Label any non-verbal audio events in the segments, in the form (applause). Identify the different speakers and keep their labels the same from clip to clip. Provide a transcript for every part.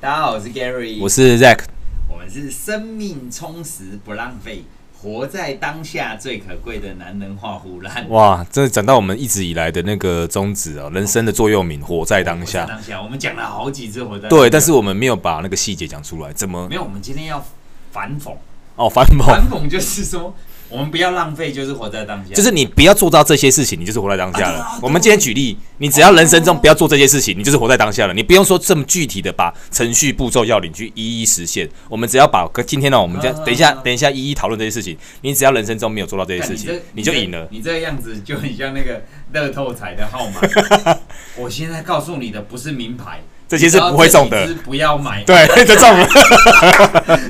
Speaker 1: 大家好，我是 Gary，
Speaker 2: 我是 Zack，
Speaker 1: 我们是生命充实不浪费，活在当下最可贵的男人画虎烂。
Speaker 2: 哇，这讲到我们一直以来的那个宗旨啊，人生的座右铭，活在当
Speaker 1: 活在
Speaker 2: 下。
Speaker 1: 当下，我们讲了好几次活在当下
Speaker 2: 对，但是我们没有把那个细节讲出来，怎么
Speaker 1: 没有，我们今天要反讽，
Speaker 2: 哦反讽？
Speaker 1: 反讽就是说，我们不要浪费，就是活在当下，
Speaker 2: 就是你不要做到这些事情，你就是活在当下
Speaker 1: 啊对啊
Speaker 2: 了
Speaker 1: 对啊。
Speaker 2: 我们今天举例，你只要人生中不要做这些事情，你就是活在当下了。你不用说这么具体的把程序步骤要领去一一实现，我们只要把今天呢，哦我们这样
Speaker 1: 啊
Speaker 2: 等一下等一下一一讨论这些事情。你只要人生中没有做到这些
Speaker 1: 干
Speaker 2: 事情
Speaker 1: 这，
Speaker 2: 你就赢了。
Speaker 1: 你这个样子就很像那个乐透彩的号码。
Speaker 2: (laughs)
Speaker 1: 我现在告诉你的不是名牌，
Speaker 2: 这些是不会中
Speaker 1: 你
Speaker 2: 的
Speaker 1: 知道这几，只不要买，
Speaker 2: 对，这 (laughs) 中了。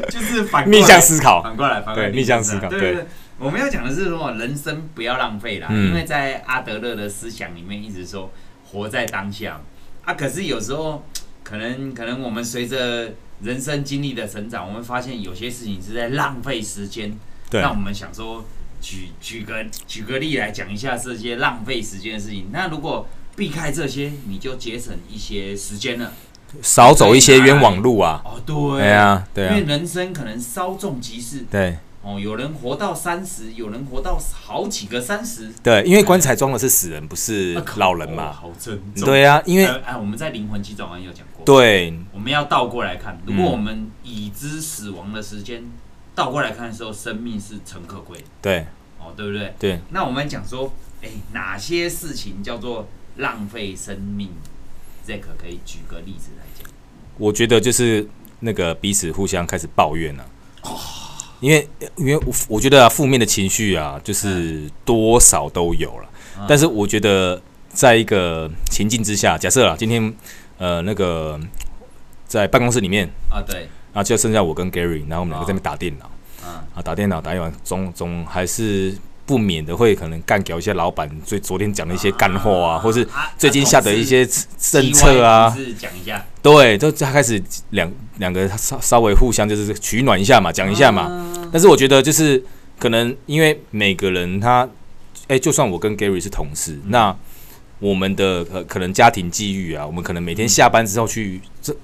Speaker 1: 就是反过来
Speaker 2: 逆向思考，
Speaker 1: 反过来，反过来，
Speaker 2: 对逆向思考
Speaker 1: 对
Speaker 2: 对
Speaker 1: 对。我们要讲的是说，人生不要浪费啦，
Speaker 2: 嗯
Speaker 1: 因为在阿德勒的思想里面一直说活在当下啊。可是有时候，可能可能我们随着人生经历的成长，我们发现有些事情是在浪费时间。
Speaker 2: 对
Speaker 1: 那我们想说，举举个举个例来讲一下这些浪费时间的事情。那如果避开这些，你就节省一些时间了。
Speaker 2: 少走一些冤枉路啊。
Speaker 1: 哦，对，
Speaker 2: 对啊，对
Speaker 1: 因为
Speaker 2: 啊，
Speaker 1: 人生可能稍纵即逝，
Speaker 2: 对。
Speaker 1: 哦，有人活到三十，有人活到好几个三十，
Speaker 2: 对，因为棺材装的是死人，不是呃老人
Speaker 1: 哦
Speaker 2: 嘛。
Speaker 1: 好沉重。
Speaker 2: 对啊，因
Speaker 1: 哎，
Speaker 2: 为
Speaker 1: 哎、我们在灵魂急转弯有讲过，，
Speaker 2: 对
Speaker 1: 我们要倒过来看，如果
Speaker 2: 嗯
Speaker 1: 我们已知死亡的时间、倒过来看的时候，生命是诚可贵的，
Speaker 2: 对
Speaker 1: 哦，对不对？
Speaker 2: 对，
Speaker 1: 那我们讲说，哎、哪些事情叫做浪费生命？Zack 可以举个例子来讲。
Speaker 2: 我觉得就是那个彼此互相开始抱怨了、因为因为我我觉得啊，负面的情绪啊，就是多少都有了、
Speaker 1: 嗯
Speaker 2: 但是我觉得在一个情境之下，假设啊，今天呃那个在办公室里面，
Speaker 1: 啊，对，
Speaker 2: 然后就剩下我跟 Gary，然后我们两个在那边打电脑。
Speaker 1: 嗯，
Speaker 2: 啊，打电脑打一晚，总总还是不免的会可能干掉一些老板最昨天讲的一些干货啊，或是
Speaker 1: 啊
Speaker 2: 最近下的一些政策
Speaker 1: 啊
Speaker 2: 啊
Speaker 1: 同，事 TY 同事讲一下，
Speaker 2: 对，就就开始两两个稍稍微互相就是取暖一下嘛，讲一下嘛。
Speaker 1: 嗯
Speaker 2: 但是我觉得就是可能因为每个人他，哎、就算我跟 Gary 是同事，
Speaker 1: 嗯
Speaker 2: 那我们的呃可能家庭际遇啊，我们可能每天下班之后去这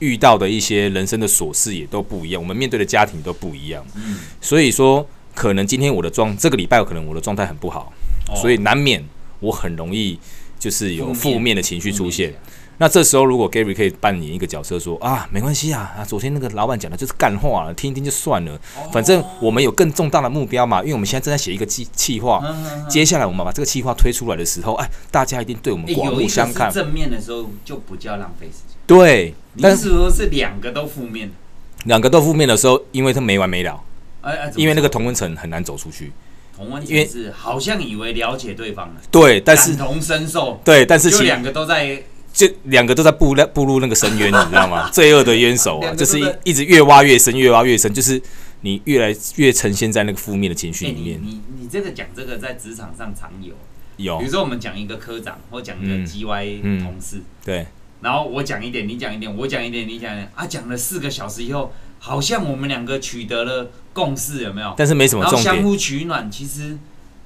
Speaker 2: 遇到的一些人生的琐事也都不一样，我们面对的家庭都不一样。
Speaker 1: 嗯
Speaker 2: 所以说，可能今天我的状，这个礼拜我可能我的状态很不好，
Speaker 1: 哦
Speaker 2: 所以难免我很容易就是有
Speaker 1: 负面
Speaker 2: 负面的情绪出
Speaker 1: 负
Speaker 2: 现
Speaker 1: 面。
Speaker 2: 那这时候，如果 Gary 可以扮演一个角色说，啊，没关系啊，啊，昨天那个老板讲的就是干话了，听一听就算了，
Speaker 1: 哦
Speaker 2: 反正我们有更重大的目标嘛，因为我们现在正在写一个计计划，
Speaker 1: 嗯嗯嗯
Speaker 2: 接下来我们把这个计划推出来的时候，哎，大家一定对我们
Speaker 1: 欸
Speaker 2: 刮
Speaker 1: 有一
Speaker 2: 目
Speaker 1: 个
Speaker 2: 相
Speaker 1: 是
Speaker 2: 看，
Speaker 1: 正面的时候就不叫浪费时间。
Speaker 2: 对。
Speaker 1: 你
Speaker 2: 但
Speaker 1: 是说是两个都负面？
Speaker 2: 两个都负面的时候，因为他没完没了，
Speaker 1: 哎、哎，怎么
Speaker 2: 因为那个
Speaker 1: 说
Speaker 2: 同温层很难走出去。
Speaker 1: 同温
Speaker 2: 因
Speaker 1: 层
Speaker 2: 为
Speaker 1: 是好像以为了解对方了，
Speaker 2: 对，但是
Speaker 1: 感同身受，
Speaker 2: 对，但是
Speaker 1: 就
Speaker 2: 其
Speaker 1: 两个都在
Speaker 2: 就两个都在步那步入那个深渊，你知
Speaker 1: (laughs)
Speaker 2: 道吗？罪恶的冤手
Speaker 1: 两
Speaker 2: 啊，
Speaker 1: 个
Speaker 2: 就
Speaker 1: 都在
Speaker 2: 是一一直越挖越深，越挖越深，就是你越来越呈现在那个负面的情绪
Speaker 1: 欸
Speaker 2: 里
Speaker 1: 你
Speaker 2: 面。
Speaker 1: 你你这个讲这个在职场上常有，
Speaker 2: 有
Speaker 1: 比如说我们讲一个科长或讲一个
Speaker 2: 哦嗯
Speaker 1: GY
Speaker 2: 嗯
Speaker 1: 同事，
Speaker 2: 对
Speaker 1: 然后我讲一点，你讲一点，我讲一点，你讲一点，啊，讲了四个小时以后，好像我们两个取得了共识，有没有？
Speaker 2: 但是没什么
Speaker 1: 然后
Speaker 2: 重
Speaker 1: 相
Speaker 2: 点。
Speaker 1: 互取暖，其实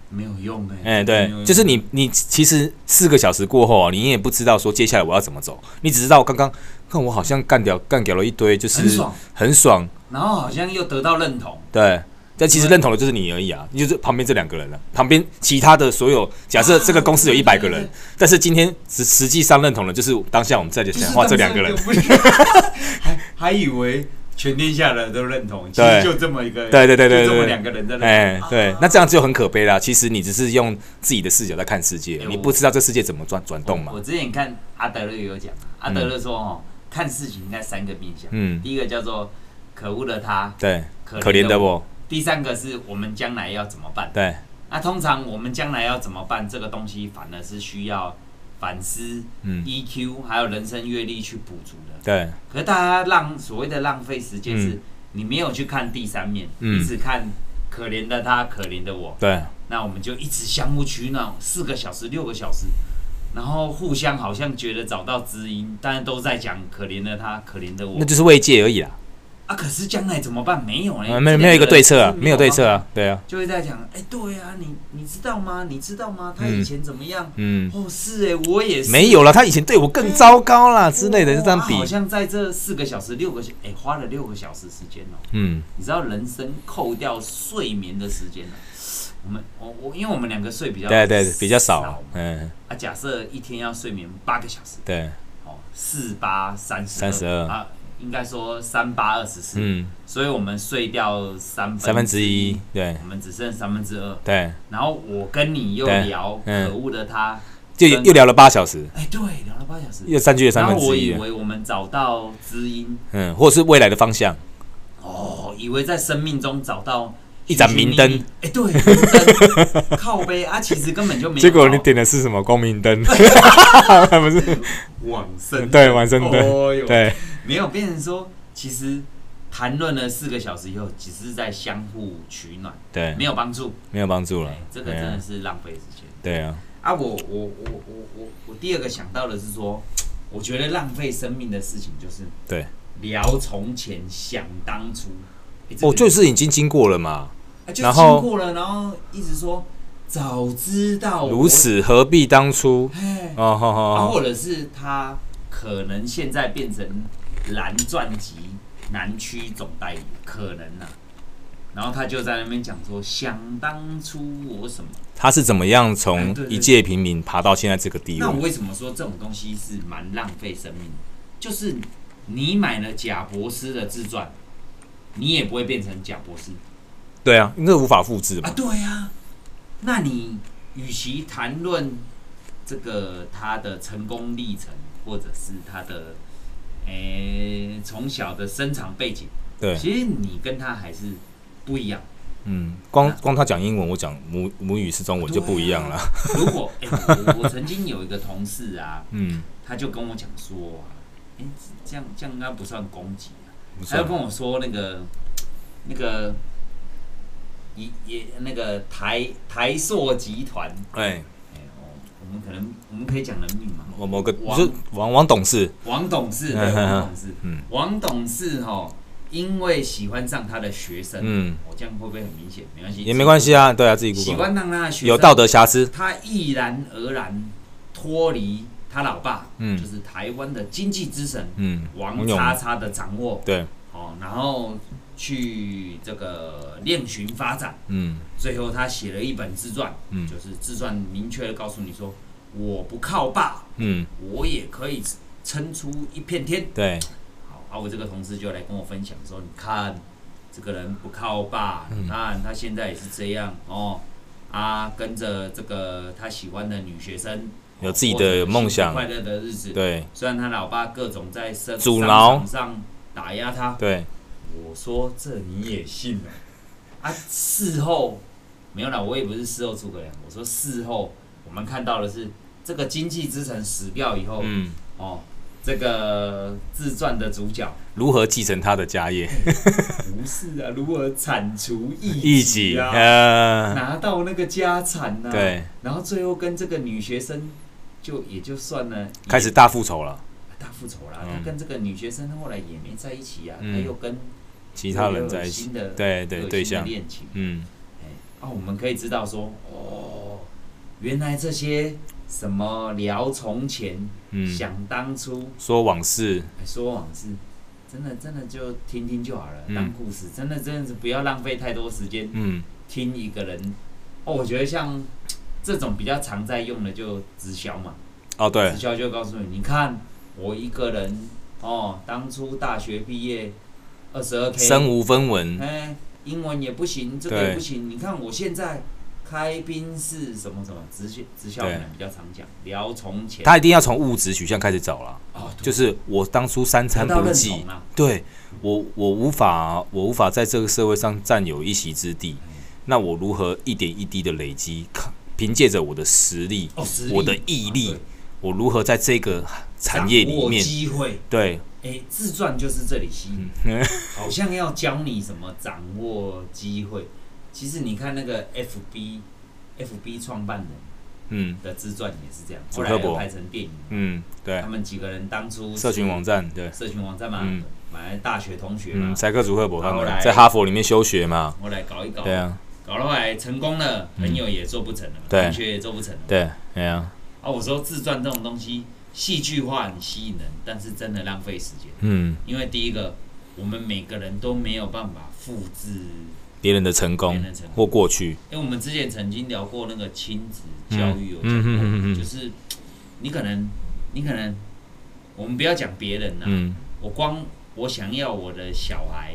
Speaker 1: 没有用哎、
Speaker 2: 哎、
Speaker 1: 没有
Speaker 2: 对，
Speaker 1: 用
Speaker 2: 就是你，你其实四个小时过后啊，你也不知道说接下来我要怎么走，你只知道刚刚看我好像干掉干掉了一堆，就是
Speaker 1: 很爽，
Speaker 2: 很爽，
Speaker 1: 然后好像又得到认同，
Speaker 2: 对。但其实
Speaker 1: 对
Speaker 2: 认同的就是你而已啊，就是旁边这两个人了、旁边其他的所有，假设这个公
Speaker 1: 啊
Speaker 2: 司有一百个人，但是今天实实际上认同的就是当下我们在讲话这两个人，
Speaker 1: 就是这么 (laughs) 还还以为全天下人都认同，其实
Speaker 2: 对
Speaker 1: 就这么一个，
Speaker 2: 对对对对
Speaker 1: 就这么
Speaker 2: 对
Speaker 1: 两个人在认同。啊
Speaker 2: 哎、对，那这样就很可悲啦。其实你只是用自己的视角在看世界，
Speaker 1: 哎
Speaker 2: 你
Speaker 1: 我
Speaker 2: 不知道这世界怎么转转动嘛
Speaker 1: 我。之前看阿德勒有讲，阿德勒说哦，看事情应该三个面向，
Speaker 2: 嗯，
Speaker 1: 第一个叫做可恶的他，
Speaker 2: 对，
Speaker 1: 可
Speaker 2: 可怜的
Speaker 1: 我。
Speaker 2: 我，
Speaker 1: 第三个是我们将来要怎么办？
Speaker 2: 对
Speaker 1: 那通常我们将来要怎么办？这个东西反而是需要反思、
Speaker 2: 嗯
Speaker 1: EQ 还有人生阅历去补足的。
Speaker 2: 对
Speaker 1: 可是大家浪所谓的浪费时间是，
Speaker 2: 嗯
Speaker 1: 你没有去看第三面，
Speaker 2: 嗯
Speaker 1: 你只看可怜的他，可怜的我。
Speaker 2: 对
Speaker 1: 那我们就一直相互取暖，四个小时、六个小时，然后互相好像觉得找到知音，但是都在讲可怜的他，可怜的我
Speaker 2: 那。就是慰藉而已啦。
Speaker 1: 啊，可是将来怎么办？没有嘞、欸
Speaker 2: 啊，没有没有一个对策
Speaker 1: 这
Speaker 2: 啊，
Speaker 1: 两个人是嗯
Speaker 2: 没有对策啊，对啊，
Speaker 1: 就会在讲，哎、对啊，你你知道吗？你知道吗？他以前怎么样？
Speaker 2: 嗯，
Speaker 1: 哦，是哎、我也是
Speaker 2: 没有了，他以前对我更糟糕啦之类的，就这样
Speaker 1: 哦
Speaker 2: 比
Speaker 1: 他，好像在这四个小时、六个小，哎、花了六个小时时间哦、
Speaker 2: 嗯
Speaker 1: 你知道人生扣掉睡眠的时间呢、我们我我，因为我们两个睡比较
Speaker 2: 对对，比较
Speaker 1: 嘛
Speaker 2: 少，嗯，
Speaker 1: 啊，假设一天要睡眠八个小时，
Speaker 2: 对，
Speaker 1: 哦，四八三十
Speaker 2: 32
Speaker 1: 啊，应该说三八二十四，
Speaker 2: 嗯，
Speaker 1: 所以我们睡掉三
Speaker 2: 三分之一，，对
Speaker 1: 我们只剩三分之二。
Speaker 2: 对，
Speaker 1: 然后我跟你又
Speaker 2: 对
Speaker 1: 聊
Speaker 2: 嗯
Speaker 1: 可恶的他，
Speaker 2: 就
Speaker 1: 真的
Speaker 2: 又聊了八小时，
Speaker 1: 哎，对，聊了八小时。
Speaker 2: 又占据了三
Speaker 1: 然
Speaker 2: 分
Speaker 1: 后我
Speaker 2: 之
Speaker 1: 以
Speaker 2: 一了，
Speaker 1: 为我们找到知音，
Speaker 2: 嗯，或者是未来的方向，
Speaker 1: 哦，以为在生命中找到
Speaker 2: 一盏明灯
Speaker 1: 寻寻觅觅。哎，对，明灯靠背啊，其实根本就没有。
Speaker 2: 结果你点的是什么光明
Speaker 1: (laughs)
Speaker 2: 灯，不是？
Speaker 1: 往生，
Speaker 2: 对，往生灯，
Speaker 1: 哦哟，
Speaker 2: 对，
Speaker 1: 没有变成说，其实谈论了四个小时以后，只是在相互取暖，
Speaker 2: 对，
Speaker 1: 没有帮助。
Speaker 2: 没有帮助了
Speaker 1: 哎，这个
Speaker 2: 对
Speaker 1: 真
Speaker 2: 啊
Speaker 1: 的，是浪费时间。
Speaker 2: 对啊，
Speaker 1: 啊，我我我我我我第二个想到的是说，我觉得浪费生命的事情就是
Speaker 2: 对，
Speaker 1: 聊从前想当初。诶
Speaker 2: 哦，就、是已经经过了嘛，
Speaker 1: 这个啊就
Speaker 2: 然后
Speaker 1: 经过了，然后一直说早知道哦我
Speaker 2: 如，此何必当初？
Speaker 1: 哎，
Speaker 2: 哦，好好
Speaker 1: (laughs) 啊，
Speaker 2: 好，
Speaker 1: 或者是他可能现在变成蓝钻级南区总代理，可能呐、然后他就在那边讲说，想当初我什么。
Speaker 2: 他是怎么样
Speaker 1: 哎
Speaker 2: 从
Speaker 1: 对对
Speaker 2: 一介平民爬到现在这个地
Speaker 1: 那我
Speaker 2: 位？
Speaker 1: 为什么说这种东西是蛮浪费生命的？就是你买了贾博士的自传，你也不会变成贾博士
Speaker 2: 对啊，那无法复制
Speaker 1: 啊
Speaker 2: 嘛。。
Speaker 1: 对啊，那你与其谈论这个他的成功历程，或者是他的诶从、小的生长背景，
Speaker 2: 对，
Speaker 1: 其实你跟他还是不一样。
Speaker 2: 嗯，光光他讲英文，我讲母母语是中文就不一样了。
Speaker 1: 如果 (laughs) 诶、我我曾经有一个同事啊，
Speaker 2: 嗯，
Speaker 1: 他就跟我讲说、啊，诶、这样这样应该不算攻击啊。
Speaker 2: 不
Speaker 1: 他就
Speaker 2: 错
Speaker 1: 跟。我说那个那个也也那个台台塑集团，
Speaker 2: 哎，
Speaker 1: 哎、哦，我们可能我们可以讲人名嘛，
Speaker 2: 我某个
Speaker 1: 王
Speaker 2: 就是王王董事，
Speaker 1: 王董事，对，
Speaker 2: 嗯哼
Speaker 1: 王
Speaker 2: 哼
Speaker 1: 董事，
Speaker 2: 嗯
Speaker 1: 王董事哈，因为喜欢上他的学生，哦
Speaker 2: 嗯，
Speaker 1: 我、这样会不会很明显？没关系，
Speaker 2: 也没关系啊，对啊，自己
Speaker 1: 自己，喜
Speaker 2: Google
Speaker 1: 欢上他的学生，
Speaker 2: 有道德瑕疵，
Speaker 1: 他毅然而然脱离他老爸，
Speaker 2: 嗯
Speaker 1: 就是台湾的经济之神
Speaker 2: 嗯，
Speaker 1: 王
Speaker 2: 勇
Speaker 1: 叉叉的掌握，
Speaker 2: 对，
Speaker 1: 哦，然后去这个练寻发展，
Speaker 2: 嗯
Speaker 1: 最后他写了一本自传，
Speaker 2: 嗯
Speaker 1: 就是自传明确的告诉你说，我不靠爸，
Speaker 2: 嗯，
Speaker 1: 我也可以撑出一片天。
Speaker 2: 对，
Speaker 1: 好，啊，我这个同事就来跟我分享说，你看这个人不靠爸，
Speaker 2: 嗯
Speaker 1: 你看他现在也是这样哦，啊，跟着这个他喜欢的女学生，
Speaker 2: 有自己
Speaker 1: 过着
Speaker 2: 的
Speaker 1: 幸福
Speaker 2: 梦想，
Speaker 1: 快乐的日子。
Speaker 2: 对
Speaker 1: 虽然他老爸各种在生
Speaker 2: 阻
Speaker 1: 商
Speaker 2: 挠
Speaker 1: 场上打压他，
Speaker 2: 对，
Speaker 1: 我说这你也信了啊？事后没有啦，我也不是事后诸葛亮。我说事后我们看到的是这个经济之城死掉以后，
Speaker 2: 嗯，
Speaker 1: 哦，这个自传的主角
Speaker 2: 如何继承他的家业，
Speaker 1: 不是啊，如何铲除
Speaker 2: 一
Speaker 1: 异
Speaker 2: 己，
Speaker 1: 己啊，(laughs)
Speaker 2: 呃，
Speaker 1: 拿到那个家产呢、啊？，
Speaker 2: 对，
Speaker 1: 然后最后跟这个女学生就也就算了，
Speaker 2: 开始大复仇了，
Speaker 1: 也大复仇啦。
Speaker 2: 嗯
Speaker 1: 他跟这个女学生后来也没在一起啊，
Speaker 2: 嗯
Speaker 1: 他又跟
Speaker 2: 其他人在一起
Speaker 1: 又，有新的
Speaker 2: 对对
Speaker 1: 有
Speaker 2: 对
Speaker 1: 新的
Speaker 2: 象，
Speaker 1: 恋情。
Speaker 2: 嗯，
Speaker 1: 啊，我们可以知道说，哦，原来这些什么聊从前、
Speaker 2: 嗯
Speaker 1: 想当初、
Speaker 2: 说往事，
Speaker 1: 哎说往事，真的真的就听听就好了，
Speaker 2: 嗯
Speaker 1: 当故事，真的真的是不要浪费太多时间
Speaker 2: 嗯，
Speaker 1: 听一个人。哦，我觉得像这种比较常在用的就直销嘛，
Speaker 2: 哦对
Speaker 1: 直，销就告诉你，你看我一个人哦，当初大学毕业二十二 k，
Speaker 2: 身无分文，
Speaker 1: 哎，英文也不行，这个也
Speaker 2: 对
Speaker 1: 不行。你看我现在开宾士什么什么直销直销可
Speaker 2: 对
Speaker 1: 能比较常讲，聊从前，
Speaker 2: 他一定要从物质取向开始找了，
Speaker 1: 哦，对
Speaker 2: 就是我当初三餐
Speaker 1: 得到
Speaker 2: 不
Speaker 1: 认
Speaker 2: 济
Speaker 1: 同，啦，啊
Speaker 2: 对我，我无法，我无法在这个社会上占有一席之地。那我如何一点一滴的累积，靠凭借着我的实力，
Speaker 1: 哦，实力
Speaker 2: 我的毅力
Speaker 1: 啊
Speaker 2: 我如何在这个
Speaker 1: 对
Speaker 2: 产业
Speaker 1: 掌
Speaker 2: 里
Speaker 1: 握
Speaker 2: 面，
Speaker 1: 机会，
Speaker 2: 对，
Speaker 1: 哎，自传就是这里吸引，
Speaker 2: 嗯
Speaker 1: 好像要教你什么掌握机会。其实你看那个 FB。FB 创办人
Speaker 2: 嗯
Speaker 1: 的自传也是这样，
Speaker 2: 祖
Speaker 1: 后来
Speaker 2: 克
Speaker 1: 又
Speaker 2: 伯
Speaker 1: 拍成电影。
Speaker 2: 嗯，对
Speaker 1: 他，们几个人当初
Speaker 2: 社群
Speaker 1: 是
Speaker 2: 网站，对，
Speaker 1: 社群网站嘛，
Speaker 2: 嗯
Speaker 1: 本来大学同学嘛
Speaker 2: 嗯，，柴克祖赫伯他
Speaker 1: 啊后
Speaker 2: 们
Speaker 1: 来
Speaker 2: 在哈佛里面休学嘛，
Speaker 1: 后来搞一搞，
Speaker 2: 对啊，
Speaker 1: 搞到后来成功了，朋友也做不成了，
Speaker 2: 对
Speaker 1: 同学也做不成了。
Speaker 2: 对，哎呀，
Speaker 1: 啊，我说自传这种东西，戏剧化很吸引人，但是真的浪费时间，
Speaker 2: 嗯，
Speaker 1: 因为第一个，我们每个人都没有办法复制。
Speaker 2: 别人的成
Speaker 1: 别
Speaker 2: 功
Speaker 1: 人的成功
Speaker 2: 或过去，
Speaker 1: 因为我们之前曾经聊过那个亲子教育，有讲过，
Speaker 2: 嗯嗯嗯嗯嗯
Speaker 1: 就是你可能，你可能，我们不要讲别人呐、
Speaker 2: 嗯，
Speaker 1: 我光我想要我的小孩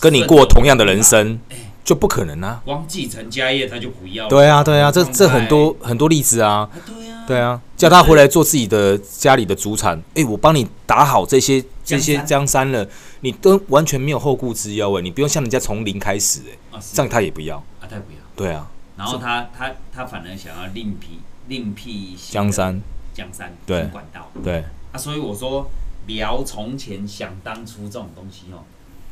Speaker 2: 跟你过同样的人，生
Speaker 1: 哎
Speaker 2: 就不可能啊。
Speaker 1: 光继承家业他就不要了。
Speaker 2: 对啊，对啊，这
Speaker 1: 放
Speaker 2: 这很
Speaker 1: 在
Speaker 2: 多很多例子啊。
Speaker 1: 啊，对啊，
Speaker 2: 对啊，叫他回来做自己的家里的主产。哎、我帮你打好这些这些江山了，你都完全没有后顾之忧哎、你不用像人家从零开始哎、
Speaker 1: 啊，是
Speaker 2: 这样他也不要。
Speaker 1: 啊，他不要，
Speaker 2: 对啊，
Speaker 1: 然后他他他反而想要另辟另辟新的
Speaker 2: 江山，
Speaker 1: 江山
Speaker 2: 对
Speaker 1: 新管道
Speaker 2: 对，
Speaker 1: 啊，所以我说聊从前想当初这种东西哦，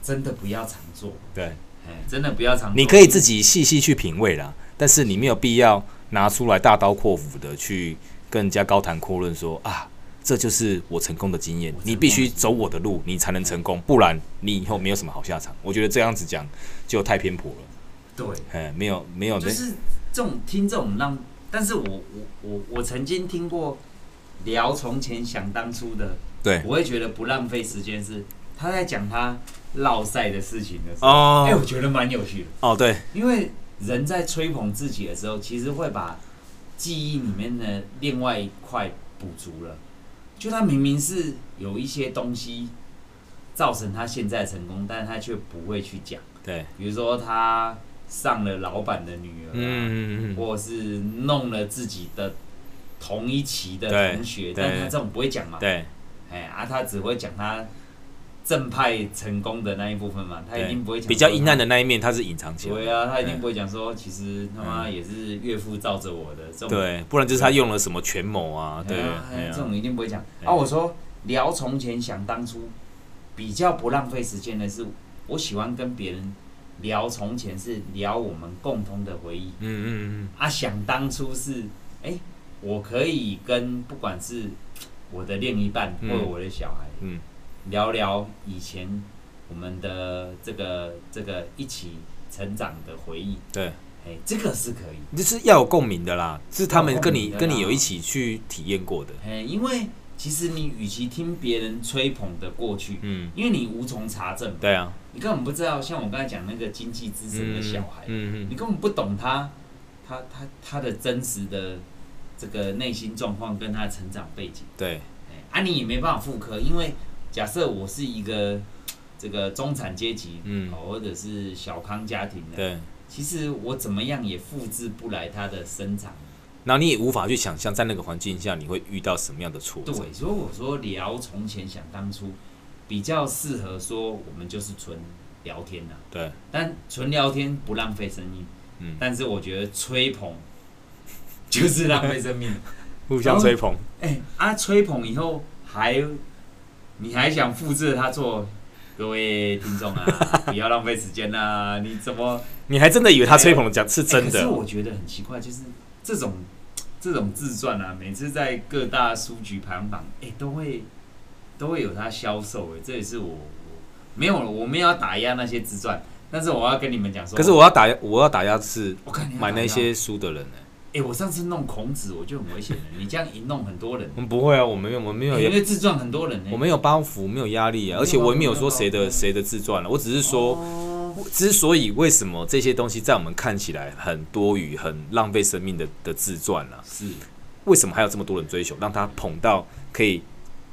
Speaker 1: 真的不要常做，
Speaker 2: 对，
Speaker 1: 哎，真的不要常做，
Speaker 2: 你可以自己细细去品味啦，但是你没有必要拿出来大刀阔斧的去跟人家高谈阔论说啊。这就是我成功的经验
Speaker 1: 我，成
Speaker 2: 你必须走我的路，你才能成功，不然你以后没有什么好下场。我觉得这样子讲就太偏颇了，
Speaker 1: 对。
Speaker 2: 哎，没有没有，
Speaker 1: 就是这种听这种让，但是我我我我曾经听过聊从前想当初的，
Speaker 2: 对
Speaker 1: 我会觉得不浪费时间是他在讲他落赛的事情的时候，哎、
Speaker 2: 哦
Speaker 1: 我觉得蛮有趣的，
Speaker 2: 哦对，
Speaker 1: 因为人在吹捧自己的时候，其实会把记忆里面的另外一块补足了，就他明明是有一些东西造成他现在成功，但是他却不会去讲，
Speaker 2: 对，
Speaker 1: 比如说他上了老板的女儿、啊，
Speaker 2: 嗯嗯嗯，
Speaker 1: 或者是弄了自己的同一期的
Speaker 2: 对
Speaker 1: 同学，
Speaker 2: 对
Speaker 1: 但他这种不会讲嘛，
Speaker 2: 对
Speaker 1: 哎啊，他只会讲他正派成功的那一部分嘛，他一
Speaker 2: 对
Speaker 1: 定不会讲
Speaker 2: 比较阴暗
Speaker 1: 的。
Speaker 2: 的那一面，它是隐藏起来
Speaker 1: 对
Speaker 2: 的，
Speaker 1: 啊，他一
Speaker 2: 嗯
Speaker 1: 定不会讲说，其实他妈
Speaker 2: 嗯
Speaker 1: 也是岳父罩着我的这种，
Speaker 2: 对，不然就是他用了什么权谋啊，
Speaker 1: 哎
Speaker 2: 对
Speaker 1: 呀，哎
Speaker 2: 哎
Speaker 1: 呀
Speaker 2: 呀
Speaker 1: 这种一定不会讲。
Speaker 2: 对
Speaker 1: 啊，我说聊从前想当初，比较不浪费时间的是，我喜欢跟别人聊从前，是聊我们共同的回忆。
Speaker 2: 嗯嗯嗯
Speaker 1: 啊，想当初是，哎、我可以跟不管是我的另一半或
Speaker 2: 嗯
Speaker 1: 者我的小孩，
Speaker 2: 嗯，
Speaker 1: 聊聊以前我们的这个这个一起成长的回忆，
Speaker 2: 对，
Speaker 1: 哎、这个是可以，
Speaker 2: 嗯，就是要有共鸣的啦，是他们跟
Speaker 1: 要
Speaker 2: 你
Speaker 1: 有共鸣的啦
Speaker 2: 跟你有一起去体验过的，
Speaker 1: 哎、因为其实你与其听别人吹捧的过去，
Speaker 2: 嗯，
Speaker 1: 因为你无从查证嘛，
Speaker 2: 对啊，
Speaker 1: 你根本不知道，像我刚才讲那个经济之神的小孩，
Speaker 2: 嗯
Speaker 1: 你
Speaker 2: 嗯
Speaker 1: 根本不懂他他他他的真实的这个内心状况跟他的成长背景。
Speaker 2: 对，
Speaker 1: 哎啊，你也没办法复刻，因为假设我是一个这个中产阶级，
Speaker 2: 嗯
Speaker 1: 哦，或者是小康家庭的，
Speaker 2: 对，
Speaker 1: 其实我怎么样也复制不来他的生长。
Speaker 2: 然后你也无法去想象在那个环境下你会遇到什么样的挫
Speaker 1: 对
Speaker 2: 折，，
Speaker 1: 所以我说聊从前想当初，比较适合说我们就是纯聊天呐、
Speaker 2: 对，
Speaker 1: 但纯聊天不浪费生命，
Speaker 2: 嗯
Speaker 1: 但是我觉得吹捧 (laughs) 就是浪费生命。
Speaker 2: 互相吹捧，
Speaker 1: 哎、啊，吹捧以后还，你还想复制他做？各位听众啊，不要浪费时间啦、你怎么？
Speaker 2: 你还真的以为他吹捧的讲是真
Speaker 1: 哎可是
Speaker 2: 的，
Speaker 1: 我觉得很奇怪，就是这种这种自传啊，每次在各大书局排行榜，哎、都会都会有它销售、哎，这也是我我没有我们要打压那些自传，但是我要跟你们讲说，
Speaker 2: 可是我要打我要打压是
Speaker 1: 我看你要
Speaker 2: 买
Speaker 1: 打
Speaker 2: 那
Speaker 1: 压
Speaker 2: 些书的人呢，
Speaker 1: 哎、我上次弄孔子，我就很危险了。你这样一弄，很多人
Speaker 2: 我，们不会啊，我们没有我们没有
Speaker 1: 因为自传很多人呢、
Speaker 2: 我没有包袱，没有压力啊，而且我也没有说谁的谁的自传了，啊我只是说，
Speaker 1: 哦
Speaker 2: 之所以为什么这些东西在我们看起来很多余、很浪费生命的的自传啊，
Speaker 1: 是，
Speaker 2: 为什么还有这么多人追求，让他捧到可以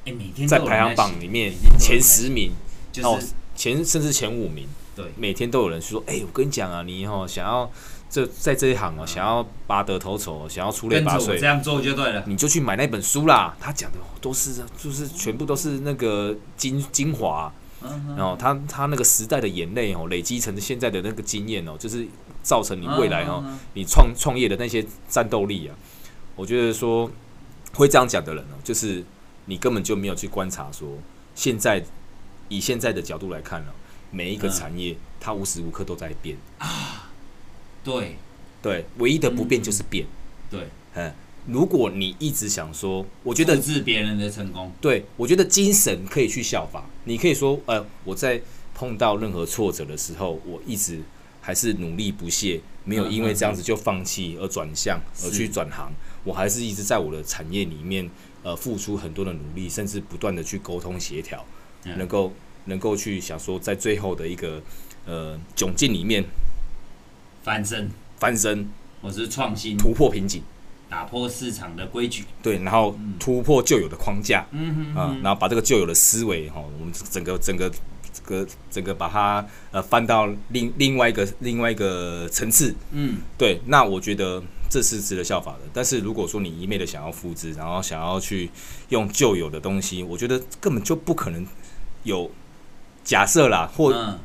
Speaker 1: 哎、每天
Speaker 2: 在
Speaker 1: 都有
Speaker 2: 排行
Speaker 1: 人
Speaker 2: 榜
Speaker 1: 写
Speaker 2: 里面
Speaker 1: 每天都有
Speaker 2: 前
Speaker 1: 人来
Speaker 2: 十名，
Speaker 1: 就
Speaker 2: 哦
Speaker 1: 是、
Speaker 2: 前甚至前五名，
Speaker 1: 对
Speaker 2: 每天都有人说，哎、我跟你讲啊，你哦想要这在这一行哦，想要拔得头筹，想要出类
Speaker 1: 跟着
Speaker 2: 拔
Speaker 1: 我
Speaker 2: 萃
Speaker 1: 这。样做就对了。
Speaker 2: 你就去买那本书啦，他讲的都是就是全部都是那个精精华啊、
Speaker 1: 嗯哼
Speaker 2: 然后他他那个时代的眼泪哦，累积成现在的那个经验哦，就是造成你未来哦，
Speaker 1: 嗯嗯嗯
Speaker 2: 你创创业的那些战斗力啊。我觉得说会这样讲的人哦，就是你根本就没有去观察说现在以现在的角度来看呢、每一个
Speaker 1: 嗯
Speaker 2: 产业它无时无刻都在变，
Speaker 1: 对
Speaker 2: 对，唯一的不变就是变，
Speaker 1: 嗯对，
Speaker 2: 嗯，如果你一直想说，我觉得
Speaker 1: 复制别人的成功，
Speaker 2: 对，我觉得精神可以去效法。你可以说，呃，我在碰到任何挫折的时候，我一直还是努力不懈，没有因为这样子就放弃而转向，
Speaker 1: 是
Speaker 2: 而去转行。我还是一直在我的产业里面，呃，付出很多的努力，甚至不断的去沟通协调，
Speaker 1: 嗯
Speaker 2: 能够能够去想说，在最后的一个呃窘境里面
Speaker 1: 翻身，
Speaker 2: 翻身，
Speaker 1: 我是创新，
Speaker 2: 突破瓶颈，
Speaker 1: 打破市场的规矩。
Speaker 2: 对，然后突破旧有的框架，
Speaker 1: 嗯哼
Speaker 2: 啊、然后把这个旧有的思维哈、我们整个整个整个整个把它呃翻到另另外一个另外一个层次。
Speaker 1: 嗯，
Speaker 2: 对，那我觉得这是值得效法的。但是如果说你一昧的想要复制，然后想要去用旧有的东西，我觉得根本就不可能有假设啦，或、
Speaker 1: 嗯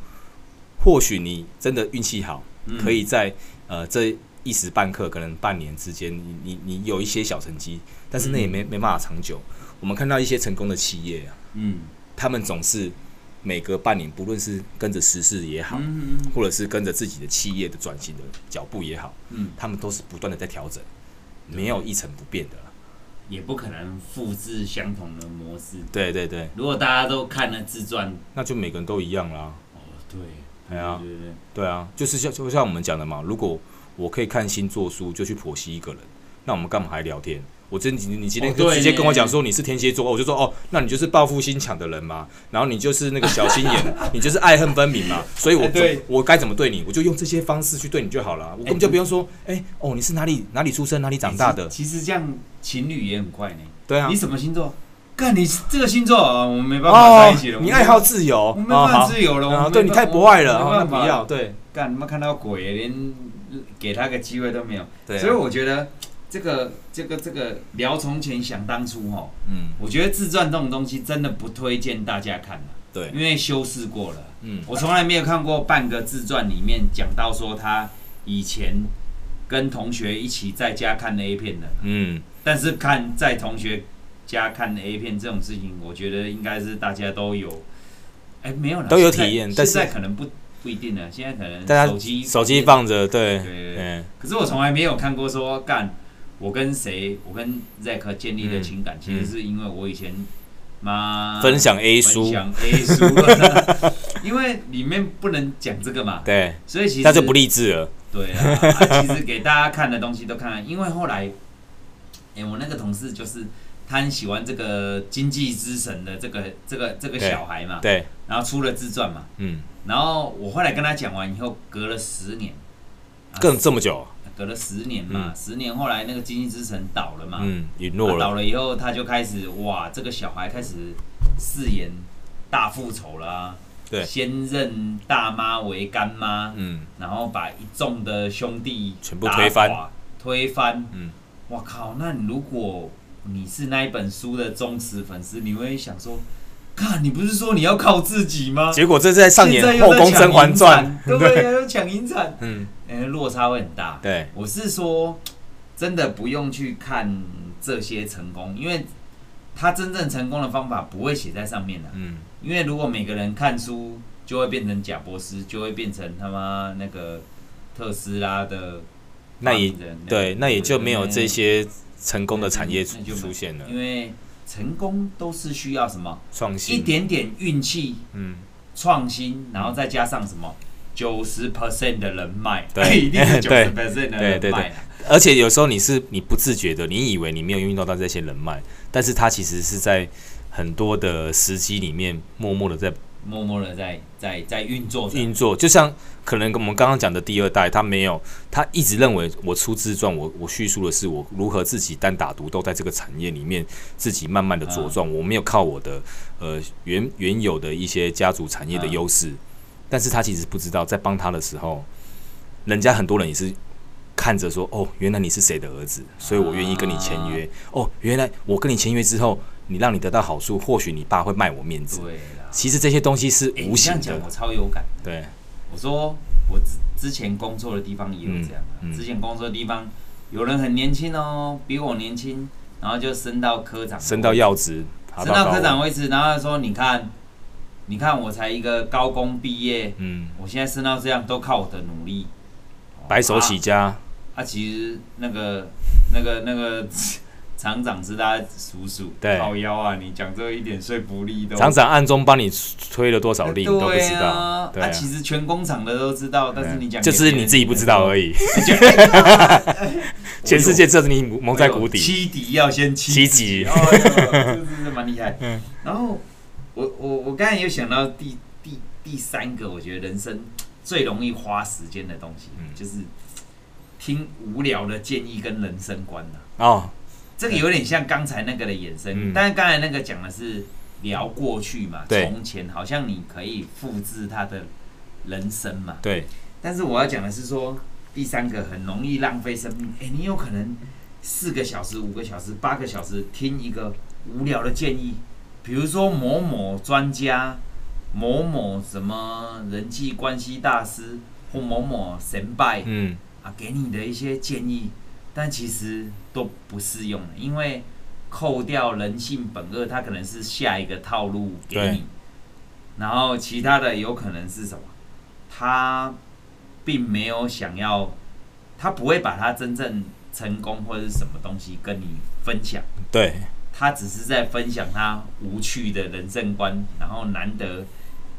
Speaker 2: 或许你真的运气好，
Speaker 1: 嗯
Speaker 2: 可以在呃这一时半刻，可能半年之间，你你你有一些小成绩，但是那也没、没办法长久。我们看到一些成功的企业啊，
Speaker 1: 嗯
Speaker 2: 他们总是每隔半年，不论是跟着时事也好，
Speaker 1: 嗯
Speaker 2: 或者是跟着自己的企业的转型的脚步也好，
Speaker 1: 嗯，
Speaker 2: 他们都是不断的在调整，没有一成不变的啦。
Speaker 1: 也不可能复制相同的模式。
Speaker 2: 对对对，
Speaker 1: 如果大家都看了自传，
Speaker 2: 那就每个人都一样啦。
Speaker 1: 哦，对，
Speaker 2: 哎呀
Speaker 1: 对对对，
Speaker 2: 对啊，就是像就像我们讲的嘛，如果我可以看星座书就去剖析一个人，那我们干嘛还聊天？我真你你今天
Speaker 1: 哦对
Speaker 2: 直接
Speaker 1: 呢
Speaker 2: 跟我讲说你是天蝎座，哦我就说哦，那你就是报复心强的人嘛，然后你就是那个小心
Speaker 1: (laughs)
Speaker 2: 眼，你就是爱恨分明嘛，所以我
Speaker 1: 哎
Speaker 2: 怎、
Speaker 1: 对
Speaker 2: 我该怎么对你，我就用这些方式去对你就好了，我根本就不用说，哎、哦你是哪里哪里出生哪里长大的，
Speaker 1: 其实这样情侣也很快呢。
Speaker 2: 对啊
Speaker 1: 你，什么星座？干你这个星座啊，我们没办法在
Speaker 2: 哦
Speaker 1: 一起了。我，
Speaker 2: 你
Speaker 1: 们
Speaker 2: 爱好自由
Speaker 1: 我们，没
Speaker 2: 哦
Speaker 1: 办法
Speaker 2: 好，
Speaker 1: 自由了。我们
Speaker 2: 啊
Speaker 1: 没
Speaker 2: 对你
Speaker 1: 办
Speaker 2: 太博爱了，
Speaker 1: 我
Speaker 2: 哦
Speaker 1: 们
Speaker 2: 那
Speaker 1: 没办法
Speaker 2: 不要，对
Speaker 1: 干他妈看到鬼，连给他个机会都没有。
Speaker 2: 对啊，
Speaker 1: 所以我觉得这个这个这个聊从前想当初哈，
Speaker 2: 嗯
Speaker 1: 我觉得自传这种东西真的不推荐大家看的，
Speaker 2: 对
Speaker 1: 因为修饰过了。
Speaker 2: 嗯
Speaker 1: 我从来没有看过半个自传里面讲到说他以前跟同学一起在家看 A 片的，
Speaker 2: 嗯
Speaker 1: 但是看在同学家看 A 片这种事情，我觉得应该是大家都有，哎、没有啦
Speaker 2: 都有
Speaker 1: 现在
Speaker 2: 体验
Speaker 1: 现
Speaker 2: 但是
Speaker 1: 在可能不不一定了，现在可能
Speaker 2: 大家
Speaker 1: 手机
Speaker 2: 手机放着，对
Speaker 1: 对对对，
Speaker 2: 嗯
Speaker 1: 可是我从来没有看过说干，我跟谁，我跟 Zack 建立的情感，其实是因为我以前妈
Speaker 2: 嗯分享 A
Speaker 1: 分
Speaker 2: 书，
Speaker 1: 享 A 书，
Speaker 2: (laughs)
Speaker 1: 因为里面不能讲这个嘛，
Speaker 2: 对，
Speaker 1: 所以其实
Speaker 2: 那就不励志了。
Speaker 1: 对啊，啊其实给大家看的东西都看了，因为后来，哎、我那个同事就是他很喜欢这个经济之神的这个这个这个
Speaker 2: 对
Speaker 1: 小孩嘛，
Speaker 2: 对，
Speaker 1: 然后出了自传嘛，
Speaker 2: 嗯，
Speaker 1: 然后我后来跟他讲完以后，隔了十年，啊
Speaker 2: 更这么久，
Speaker 1: 隔了十年嘛，
Speaker 2: 嗯
Speaker 1: 十年后来那个经济之神倒了嘛，
Speaker 2: 嗯，陨
Speaker 1: 啊
Speaker 2: 落
Speaker 1: 倒
Speaker 2: 了，
Speaker 1: 了以后他就开始哇，这个小孩开始饰演大复仇啦、
Speaker 2: 对
Speaker 1: 先认大妈为干妈，
Speaker 2: 嗯，
Speaker 1: 然后把一众的兄弟
Speaker 2: 全部推翻
Speaker 1: 打垮，推翻，
Speaker 2: 嗯，
Speaker 1: 我靠，那如果你是那一本书的忠实粉丝，你会想说，看你不是说你要靠自己吗？
Speaker 2: 结果这是在上演
Speaker 1: 现在
Speaker 2: 《
Speaker 1: 又
Speaker 2: 后
Speaker 1: 在
Speaker 2: 宫
Speaker 1: 抢
Speaker 2: 甄嬛
Speaker 1: 银
Speaker 2: 传
Speaker 1: 铲》，对
Speaker 2: (laughs)
Speaker 1: 呀、又抢银铲，
Speaker 2: 嗯，
Speaker 1: 嗯、落差会很大。
Speaker 2: 对，
Speaker 1: 我是说，真的不用去看这些成功，因为他真正成功的方法不会写在上面的、啊
Speaker 2: 嗯，
Speaker 1: 因为如果每个人看书，就会变成贾博士，就会变成他妈那个特斯拉的
Speaker 2: 那也
Speaker 1: 创人
Speaker 2: 对，那也就没有这，些成功的产业
Speaker 1: 那就没
Speaker 2: 出现了
Speaker 1: 因，为成功都是需要什么
Speaker 2: 创
Speaker 1: 一
Speaker 2: 新，
Speaker 1: 点点运气、
Speaker 2: 嗯，
Speaker 1: 创新，然后再加上什么九十 percent 的人脉，哎
Speaker 2: 对
Speaker 1: 一定是九十
Speaker 2: (laughs) 对
Speaker 1: percent 的
Speaker 2: 对
Speaker 1: 人
Speaker 2: 对
Speaker 1: 脉
Speaker 2: 对
Speaker 1: 啊。
Speaker 2: 而且有时候你是你不自觉的，你以为你没有运用到到这些人脉，但是它其实是在很多的时机里面默默的在
Speaker 1: 默默的在在在运作着。
Speaker 2: 运作，就像可能跟我们刚刚讲的第二代，他没有，他一直认为我出自传，我我叙述的是我如何自己单打独斗在这个产业里面自己慢慢的茁
Speaker 1: 嗯
Speaker 2: 壮，我没有靠我的呃原原有的一些家族产业的
Speaker 1: 嗯
Speaker 2: 优势，但是他其实不知道，在帮他的时候，人家很多人也是。看着说哦，原来你是谁的儿子，所以我愿意跟你签约。
Speaker 1: 啊
Speaker 2: 哦，原来我跟你签约之后，你让你得到好处，或许你爸会卖我面子。
Speaker 1: 对啦，
Speaker 2: 其实这些东西是
Speaker 1: 诶欸
Speaker 2: 无
Speaker 1: 你这
Speaker 2: 形
Speaker 1: 样讲
Speaker 2: 的，
Speaker 1: 我超有感。
Speaker 2: 对。
Speaker 1: 我说我之之前工作的地方也有这样、啊
Speaker 2: 嗯嗯
Speaker 1: 之前工作的地方有人很年轻哦，比我年轻，然后就升到科长，
Speaker 2: 升到要职，爬
Speaker 1: 升到
Speaker 2: 高哦
Speaker 1: 科长
Speaker 2: 位，
Speaker 1: 位置，然后他说你看，你看我才一个高工毕业，
Speaker 2: 嗯，
Speaker 1: 我现在升到这样都靠我的努力，
Speaker 2: 白手起家，
Speaker 1: 啊啊，其实那个那个那个 (laughs) 厂长是他叔叔，
Speaker 2: 对
Speaker 1: 靠腰啊，你讲这一点说服力都
Speaker 2: 厂长暗中帮你推了多少
Speaker 1: 对
Speaker 2: 力，你都不知道，
Speaker 1: 啊，
Speaker 2: 对啊嗯
Speaker 1: 啊其实全工厂的都知道，但是你讲
Speaker 2: 就
Speaker 1: 给
Speaker 2: 是你自己不知道
Speaker 1: 已。 (laughs)
Speaker 2: 而已。全世界只有你蒙在鼓底。
Speaker 1: 哎七级要先七
Speaker 2: 七级嗯
Speaker 1: 哦，哎呦这是蛮厉
Speaker 2: (laughs)
Speaker 1: 害。然后我我我刚才有想到第第第三个，我觉得人生最容易花时间的东西，
Speaker 2: 嗯
Speaker 1: 就是听无聊的建议跟人生观呐、
Speaker 2: 哦，
Speaker 1: 这个有点像刚才那个的衍生，
Speaker 2: 嗯
Speaker 1: 但是刚才那个讲的是聊过去嘛，
Speaker 2: 对
Speaker 1: 从前好像你可以复制他的人生嘛，
Speaker 2: 对，
Speaker 1: 但是我要讲的是说，第三个很容易浪费生命。哎、你有可能四个小时、五个小时、八个小时听一个无聊的建议，比如说某某专家、某某什么人际关系大师或某某神拜
Speaker 2: 嗯，
Speaker 1: 啊，给你的一些建议，但其实都不适用的，因为扣掉人性本恶，它可能是下一个套路给
Speaker 2: 对
Speaker 1: 你，然后其他的有可能是什么？他并没有想要，他不会把他真正成功或者是什么东西跟你分享，
Speaker 2: 对，
Speaker 1: 他只是在分享他无趣的人生观，然后难得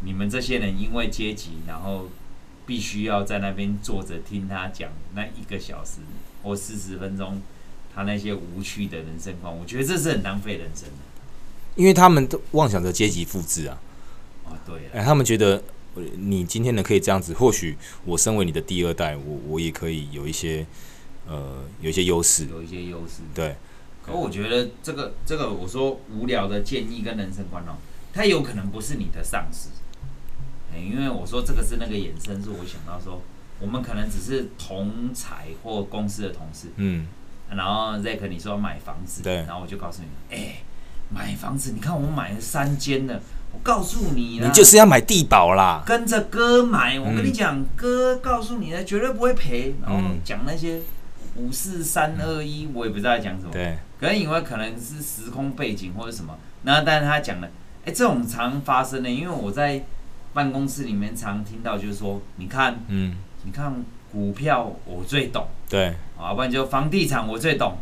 Speaker 1: 你们这些人因为阶级，然后必须要在那边坐着听他讲那一个小时或四十分钟，他那些无趣的人生观，我觉得这是很浪费人生的。
Speaker 2: 因为他们都妄想着阶级复制啊，
Speaker 1: 哦，对了，
Speaker 2: 哎，他们觉得呃你今天能可以这样子，或许我身为你的第二代，我我也可以有一些呃有一些优势，
Speaker 1: 有一些优势。
Speaker 2: 对，
Speaker 1: 可我觉得这个这个，我说无聊的建议跟人生观哦，他有可能不是你的上司，哎，因为我说这个是那个衍生，是我想到说，我们可能只是同才或公司的同事，
Speaker 2: 嗯，
Speaker 1: 然后 Zack 你说买房子，
Speaker 2: 对
Speaker 1: 然后我就告诉你，哎，买房子，你看我买了三间了，我告诉你啦，
Speaker 2: 你就是要买地保啦，
Speaker 1: 跟着哥买，我跟你
Speaker 2: 嗯
Speaker 1: 讲，哥告诉你的绝对不会赔，然后
Speaker 2: 嗯
Speaker 1: 讲那些五四三二一，我也不知道在讲什么。
Speaker 2: 对，
Speaker 1: 可能因为可能是时空背景或者什么，那但是他讲的，哎、这种常发生的，因为我在办公室里面常听到，就是说，你看，
Speaker 2: 嗯，
Speaker 1: 你看股票我最懂，
Speaker 2: 对，
Speaker 1: 啊，不然就房地产我最懂，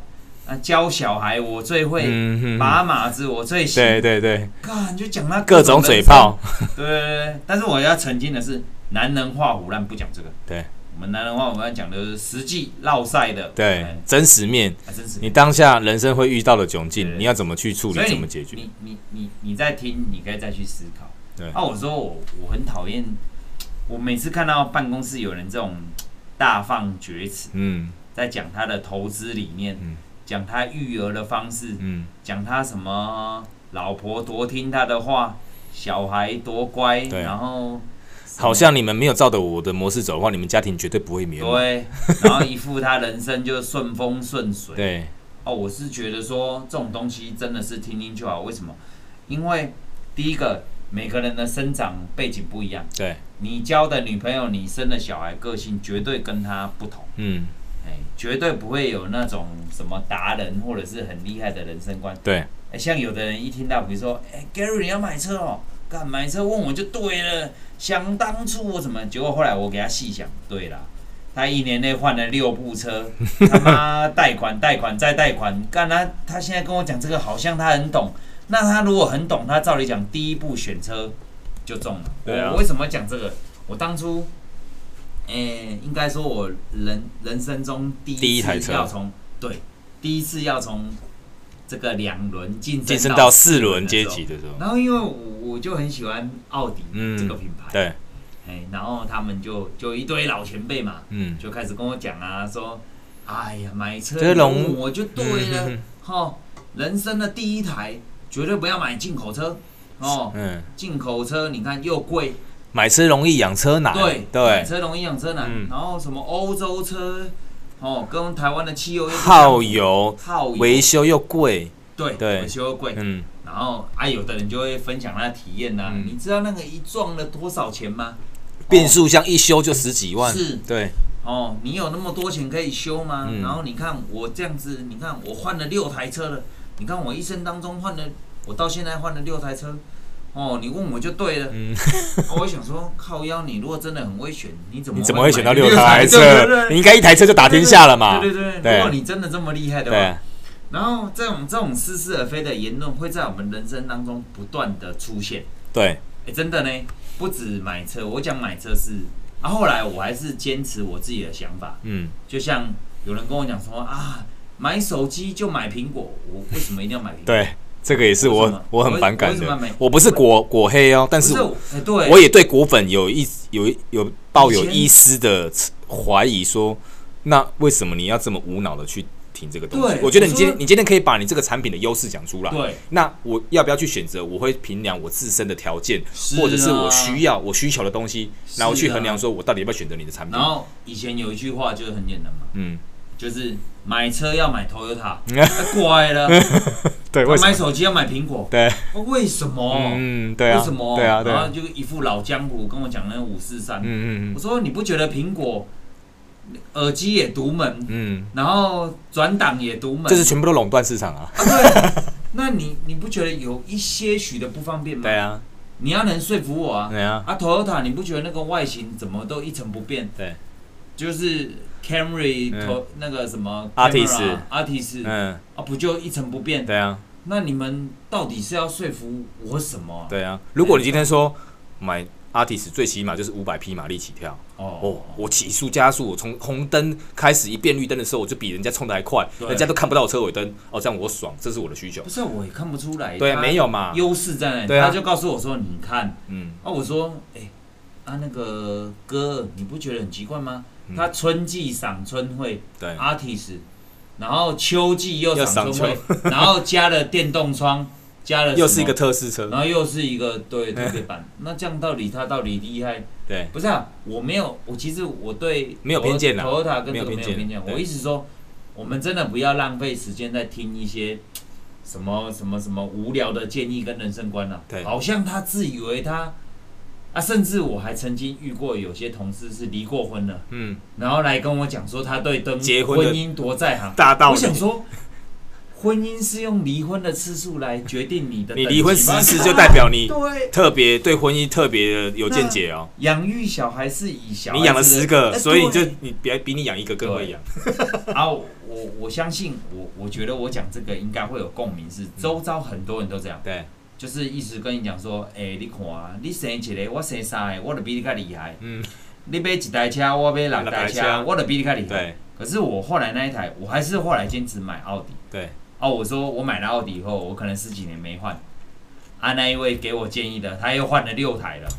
Speaker 1: 那、教小孩我最会，
Speaker 2: 嗯哼，
Speaker 1: 把码子我最行，
Speaker 2: 对对对，
Speaker 1: 干就讲他
Speaker 2: 各种嘴
Speaker 1: 人生
Speaker 2: 炮，
Speaker 1: 对对对对，但是我要澄清的是，男人画虎烂不讲这个。
Speaker 2: 对，
Speaker 1: 我们男人画虎烂讲的是实际落赛的。
Speaker 2: 对
Speaker 1: 哎，
Speaker 2: 真实面，
Speaker 1: 还真是。
Speaker 2: 你当下人生会遇到的窘
Speaker 1: 对
Speaker 2: 境，你要怎么去处
Speaker 1: 所
Speaker 2: 理，
Speaker 1: 以
Speaker 2: 怎
Speaker 1: 你
Speaker 2: 么解决？
Speaker 1: 你你你你在听，你可以再去思考。
Speaker 2: 对
Speaker 1: 啊，我说我我很讨厌，我每次看到办公室有人这种大放厥词，
Speaker 2: 嗯
Speaker 1: 在讲他的投资理念
Speaker 2: 嗯，
Speaker 1: 讲、他育儿的方式，
Speaker 2: 嗯，
Speaker 1: 讲他什么老婆多听他的话，小孩多乖，
Speaker 2: 对
Speaker 1: 然后什么
Speaker 2: 好像你们没有照着我的模式走的话，你们家庭绝对不会美满。
Speaker 1: 对，然后一副他人生就顺风顺水。
Speaker 2: 对，
Speaker 1: 哦，我是觉得说这种东西真的是听听就好。为什么？因为第一个，每个人的生长背景不一样，
Speaker 2: 对，
Speaker 1: 你交的女朋友、你生的小孩，个性绝对跟他不同，
Speaker 2: 嗯，
Speaker 1: 哎，绝对不会有那种什么达人或者是很厉害的人生观。
Speaker 2: 对，
Speaker 1: 哎，像有的人一听到，比如说，哎，Gary 你要买车哦，干买车问我就对了，想当初我怎么，结果后来我给他细想，对啦，他一年内换了六部
Speaker 2: (laughs)
Speaker 1: 车，他妈贷款贷款再贷款，干他他现在跟我讲这个好像他很懂，那他如果很懂，他照理讲第一步选车就中了。
Speaker 2: 对啊
Speaker 1: 我为什么讲这个？我当初，哎，应该说我人人生中第一
Speaker 2: 第一台
Speaker 1: 次
Speaker 2: 车
Speaker 1: 要从对第一次要从。这个两轮进
Speaker 2: 晋升
Speaker 1: 升
Speaker 2: 到四轮阶级的时候，
Speaker 1: 然后因为我我就很喜欢奥迪
Speaker 2: 嗯
Speaker 1: 这个品牌，
Speaker 2: 对，
Speaker 1: 哎，然后他们就就一堆老前辈嘛，
Speaker 2: 嗯，
Speaker 1: 就开始跟我讲啊，说，哎呀，买车
Speaker 2: 这
Speaker 1: 你
Speaker 2: 龙
Speaker 1: 问我就对了
Speaker 2: 嗯，
Speaker 1: 哈、人生的第一台绝对不要买进口车，哦，
Speaker 2: 嗯，
Speaker 1: 进口车你看又贵，
Speaker 2: 买车容易，养车难，
Speaker 1: 对买
Speaker 2: 哎对，
Speaker 1: 车容易养车难，
Speaker 2: 嗯
Speaker 1: 然后什么欧洲车，哦，跟台湾的汽油又不
Speaker 2: 耗
Speaker 1: 一样
Speaker 2: 油，
Speaker 1: 耗油
Speaker 2: 维修又贵，
Speaker 1: 对
Speaker 2: 对
Speaker 1: 维修又贵，
Speaker 2: 嗯，
Speaker 1: 然后啊，有的人就会分享他的体验呐、
Speaker 2: 嗯
Speaker 1: 你知道那个一撞了多少钱吗？
Speaker 2: 变速箱一修就十几万，
Speaker 1: 是
Speaker 2: 对，
Speaker 1: 哦，你有那么多钱可以修吗？
Speaker 2: 嗯
Speaker 1: 然后你看我这样子，你看我换了六台车了，你看我一生当中换了，我到现在换了六台车，哦，你问我就对了。
Speaker 2: 嗯
Speaker 1: (laughs) 我想说，靠腰，你如果真的很会选，你怎么
Speaker 2: 你怎么会选到六
Speaker 1: 台 (laughs)
Speaker 2: 台
Speaker 1: 对
Speaker 2: 车？
Speaker 1: 对
Speaker 2: 你
Speaker 1: 对
Speaker 2: 应该一台车就打天下了嘛？
Speaker 1: 对对对，
Speaker 2: 对
Speaker 1: 如果你真的这么厉害的
Speaker 2: 对
Speaker 1: 话，然后这种这种似是而非的言论会在我们人生当中不断的出现。
Speaker 2: 对，
Speaker 1: 哎，真的呢，不止买车，我讲买车是，啊，后来我还是坚持我自己的想法，
Speaker 2: 嗯，
Speaker 1: 就像有人跟我讲说啊，买手机就买苹果，我为什么一定要买苹果？
Speaker 2: 对，这个也是
Speaker 1: 为什
Speaker 2: 我
Speaker 1: 么
Speaker 2: 我很反感
Speaker 1: 为什么
Speaker 2: 的
Speaker 1: 没。
Speaker 2: 我不是果果黑哦，但
Speaker 1: 不
Speaker 2: 是
Speaker 1: 是，哎，对，
Speaker 2: 我也对果粉有一有一有抱有
Speaker 1: 以前
Speaker 2: 一丝的怀疑说，那为什么你要这么无脑的去挺这个东西
Speaker 1: 对？
Speaker 2: 我觉得你
Speaker 1: 我
Speaker 2: 今天
Speaker 1: 说
Speaker 2: 你今天可以把你这个产品的优势讲出来。
Speaker 1: 对，
Speaker 2: 那我要不要去选择？我会衡量我自身的条件，
Speaker 1: 是
Speaker 2: 或者是
Speaker 1: 啊
Speaker 2: 我需要我需求的东西，
Speaker 1: 是
Speaker 2: 然后去
Speaker 1: 啊
Speaker 2: 衡量说我到底要不要选择你的产品
Speaker 1: 然。后以前有一句话就是很简单嘛，
Speaker 2: 嗯， (laughs)
Speaker 1: 就是买车要买 Toyota，哎乖
Speaker 2: (laughs)
Speaker 1: 了，
Speaker 2: 对，为什
Speaker 1: 买
Speaker 2: 么？
Speaker 1: 手机要买苹果，
Speaker 2: 对，
Speaker 1: 哦为什么？
Speaker 2: 嗯，对啊，
Speaker 1: 为什么？
Speaker 2: 对啊，对
Speaker 1: 然
Speaker 2: 啊
Speaker 1: 后，就一副老江湖跟我讲那五四三，
Speaker 2: 嗯嗯
Speaker 1: 我
Speaker 2: 嗯
Speaker 1: 说你不觉得苹果耳机也独门，
Speaker 2: 嗯，
Speaker 1: 然后转档也独门，
Speaker 2: 这是全部都垄断市场啊。
Speaker 1: 啊对。那你你不觉得有一些许的不方便吗？
Speaker 2: 对啊，
Speaker 1: 你要能说服我啊。
Speaker 2: 对啊，
Speaker 1: 啊，Toyota，你不觉得那个外形怎么都一成不变？
Speaker 2: 对，
Speaker 1: 就是 Camry、
Speaker 2: 嗯
Speaker 1: To 那个什么
Speaker 2: Artis
Speaker 1: Artis
Speaker 2: 嗯，
Speaker 1: 啊，不就一成不变？
Speaker 2: 对啊，
Speaker 1: 那你们到底是要说服我什么啊？
Speaker 2: 对啊。如果你今天说买 Artis，最起码就是五百匹马力起跳。哦
Speaker 1: 哦，，
Speaker 2: 我起速加速，我从红灯开始一变绿灯的时候，我就比人家冲的还快，
Speaker 1: 对
Speaker 2: 人家都看不到我车尾灯。哦，这样我爽，这是我的需求
Speaker 1: 不。是，我也看不出来。
Speaker 2: 对，啊
Speaker 1: 他
Speaker 2: 没有嘛。
Speaker 1: 优势在哪里？
Speaker 2: 对啊
Speaker 1: 他就告诉我说：“你看。”
Speaker 2: 嗯，
Speaker 1: 啊，我说：“哎、啊那个歌，你不觉得很奇怪吗？他春季赏春会
Speaker 2: 嗯对，
Speaker 1: artist，然后秋季又
Speaker 2: 又
Speaker 1: 赏
Speaker 2: 赏
Speaker 1: 春
Speaker 2: (laughs)
Speaker 1: 会， (laughs) 然后加了电动窗，加了什么
Speaker 2: 又是一个，特哎试车
Speaker 1: 然。后又是一个对特别版。那这样到底他到底厉害？
Speaker 2: 对，
Speaker 1: 不是啊，我没有，我其实我对
Speaker 2: 没有偏见啦
Speaker 1: Toyota 跟这
Speaker 2: 没有
Speaker 1: 个没有
Speaker 2: 偏见
Speaker 1: 偏见。
Speaker 2: 对
Speaker 1: 我一直说，我们真的不要浪费时间在听一些什么什么什么无聊的建议跟人生观了、
Speaker 2: 对
Speaker 1: 好像他自以为他啊，甚至我还曾经遇过有些同事是离过婚了，
Speaker 2: 嗯，
Speaker 1: 然后来跟我讲说他对婚
Speaker 2: 结婚
Speaker 1: 婚
Speaker 2: 的
Speaker 1: 姻多在行。
Speaker 2: 大道理
Speaker 1: 我想说，婚姻是用离婚的次数来决定你的等级
Speaker 2: 你
Speaker 1: 吗。
Speaker 2: 离婚十次就代表你
Speaker 1: (laughs) 对。
Speaker 2: 特别对婚姻特别有见解哦。
Speaker 1: 养育小孩是以小孩
Speaker 2: 你养了
Speaker 1: 子的
Speaker 2: 十个，
Speaker 1: 哎
Speaker 2: 所以你就
Speaker 1: 对
Speaker 2: 你别比你养一个更会养。
Speaker 1: (laughs) 啊，我我相信我，我觉得我讲这个应该会有共鸣，
Speaker 2: 嗯
Speaker 1: 是周遭很多人都这样，
Speaker 2: 对，
Speaker 1: 就是意思跟你讲说，诶、你看啊，你生一个，我生三个，我就比你较厉害。
Speaker 2: 嗯，
Speaker 1: 你买一台车，我买六台
Speaker 2: 六台
Speaker 1: 车
Speaker 2: 车，
Speaker 1: 我就比你较厉害。
Speaker 2: 对
Speaker 1: 可是我后来那一台，我还是后来坚持买奥迪。
Speaker 2: 对，
Speaker 1: 哦，我说我买了奥迪以后，我可能十几年没换。啊，那一位给我建议的，他又换了六台了。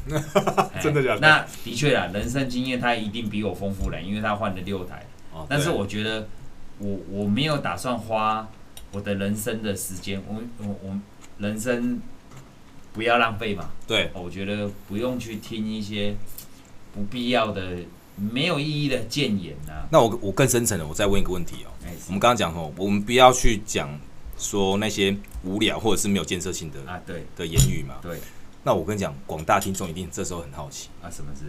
Speaker 1: 哎
Speaker 2: (laughs) 真的假的
Speaker 1: 那的确啦，人生经验他一定比我丰富了，因为他换了六台。
Speaker 2: 哦
Speaker 1: 但是
Speaker 2: 对
Speaker 1: 我觉得我我没有打算花我的人生的时间，我我我人生不要浪费嘛。哦
Speaker 2: 对
Speaker 1: 我觉得不用去听一些不必要的、没有意义的谏言呐、
Speaker 2: 那我我更深层的，我再问一个问题哦。
Speaker 1: 哎
Speaker 2: 我
Speaker 1: 是
Speaker 2: 们刚刚讲哦，我们不要去讲说那些无聊或者是没有建设性的
Speaker 1: 啊，对
Speaker 2: 的言语嘛。
Speaker 1: 对
Speaker 2: 那我跟你讲，广大听众一定这时候很好奇，
Speaker 1: 啊，什么事？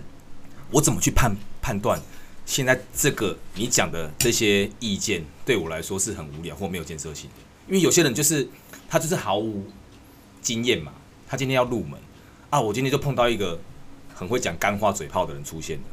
Speaker 2: 我怎么去判判断现在这个你讲的这些意见对我来说是很无聊或没有建设性的？因为有些人就是他就是毫无经验嘛，他今天要入门啊，我今天就碰到一个很会讲干话嘴炮的人出现了，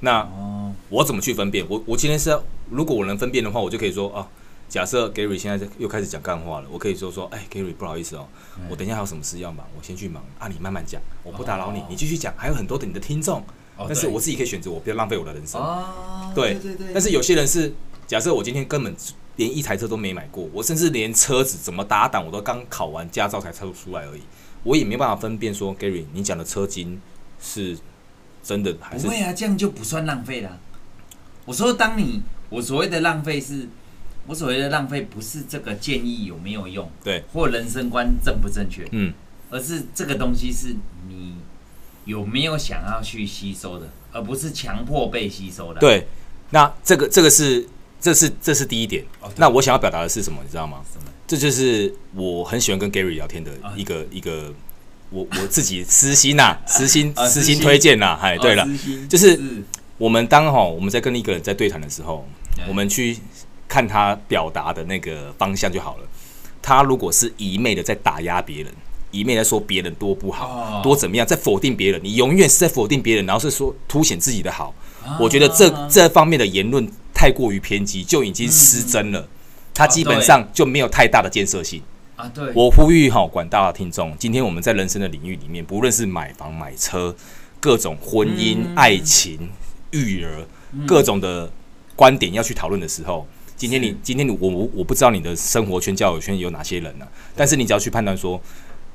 Speaker 2: 那。
Speaker 1: 哦，
Speaker 2: 我怎么去分辨？我我今天是要，如果我能分辨的话，我就可以说啊，假设 Gary 现在在又开始讲干话了，我可以说说，哎，Gary 不好意思哦，
Speaker 1: 嗯
Speaker 2: 我等一下还有什么事要忙，我先去忙啊，你慢慢讲，我不打扰你
Speaker 1: 哦，
Speaker 2: 你继续讲，还有很多的你的听众，
Speaker 1: 哦
Speaker 2: 但是
Speaker 1: 对
Speaker 2: 我自己可以选择，我不要浪费我的人生。
Speaker 1: 哦，
Speaker 2: 对
Speaker 1: 对对，
Speaker 2: 但是有些人是，假设我今天根本连一台车都没买过，我甚至连车子怎么打档我都刚考完驾照才测出来而已，我也没办法分辨说 Gary 你讲的车金是真的还是
Speaker 1: 不会啊，这样就不算浪费啦。我说，当你我所谓的浪费是，我所谓的浪费不是这个建议有没有用，
Speaker 2: 对，
Speaker 1: 或人生观正不正确，
Speaker 2: 嗯
Speaker 1: 而是这个东西是你有没有想要去吸收的，而不是强迫被吸收的。，
Speaker 2: 对，那这个这个是这是这是第一点。
Speaker 1: 哦对
Speaker 2: 那我想要表达的是什么，你知道吗？
Speaker 1: 什么？
Speaker 2: 这就是我很喜欢跟 Gary 聊天的
Speaker 1: 啊
Speaker 2: 一个、一个，我我自己私心呐、
Speaker 1: (laughs)
Speaker 2: 私心、
Speaker 1: 啊
Speaker 2: 私
Speaker 1: 私
Speaker 2: 心
Speaker 1: 心
Speaker 2: 推荐呐、哎，对了
Speaker 1: 哦，私心
Speaker 2: 就是
Speaker 1: 是
Speaker 2: 我们当吼我们在跟一个人在对谈的时候，
Speaker 1: 对
Speaker 2: 我们去看他表达的那个方向就好了。他如果是一昧的在打压别人，一面在说别人多不好，
Speaker 1: 哦
Speaker 2: 多怎么样，在否定别人，你永远是在否定别人，然后是说凸显自己的好。
Speaker 1: 啊嗯
Speaker 2: 我觉得这这方面的言论太过于偏激，就已经失真了。它基
Speaker 1: 哦
Speaker 2: 本上就没有太大的建设性。
Speaker 1: 啊，对，
Speaker 2: 我呼吁哈，广大的听众，今天我们在人生的领域里面，不论是买房、买车，各种婚姻、
Speaker 1: 嗯
Speaker 2: 爱情、育儿，各种的观点要去讨论的时候，今天你
Speaker 1: 是
Speaker 2: 今天你我我我不知道你的生活圈、交友圈有哪些人呢、但是你只要去判断说，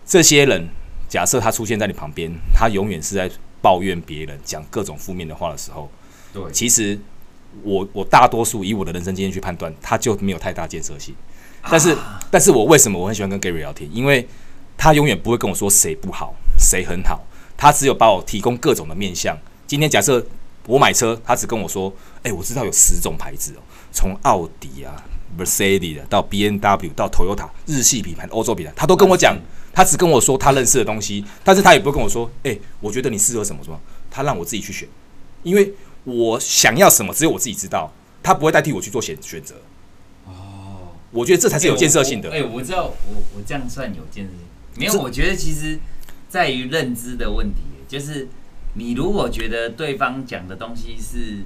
Speaker 2: 这些人假设他出现在你旁边，他永远是在抱怨别人、讲各种负面的话的时候，
Speaker 1: 对，
Speaker 2: 其实我我大多数以我的人生经验去判断，他就没有太大建设性。但是，但是我为什么我很喜欢跟 Gary 聊天？因为他永远不会跟我说谁不好，谁很好，他只有把我提供各种的面向。今天假设我买车，他只跟我说：“哎、我知道有十种牌子哦，从奥迪啊、Mercedes 啊到 B N W 到 Toyota 日系品牌、欧洲品牌，他都跟我讲
Speaker 1: 嗯。
Speaker 2: 他只跟我说他认识的东西，但是他也不会跟我说：“哎、我觉得你适合什么什么。”他让我自己去选，因为我想要什么只有我自己知道，他不会代替我去做选选择。
Speaker 1: 哦，
Speaker 2: 我觉得这才
Speaker 1: 还
Speaker 2: 是有建设性的。
Speaker 1: 哎、我知道，我我这样算有建设性，没有，
Speaker 2: 这
Speaker 1: 我觉得其实在于认知的问题，就是你如果觉得对方讲的东西是，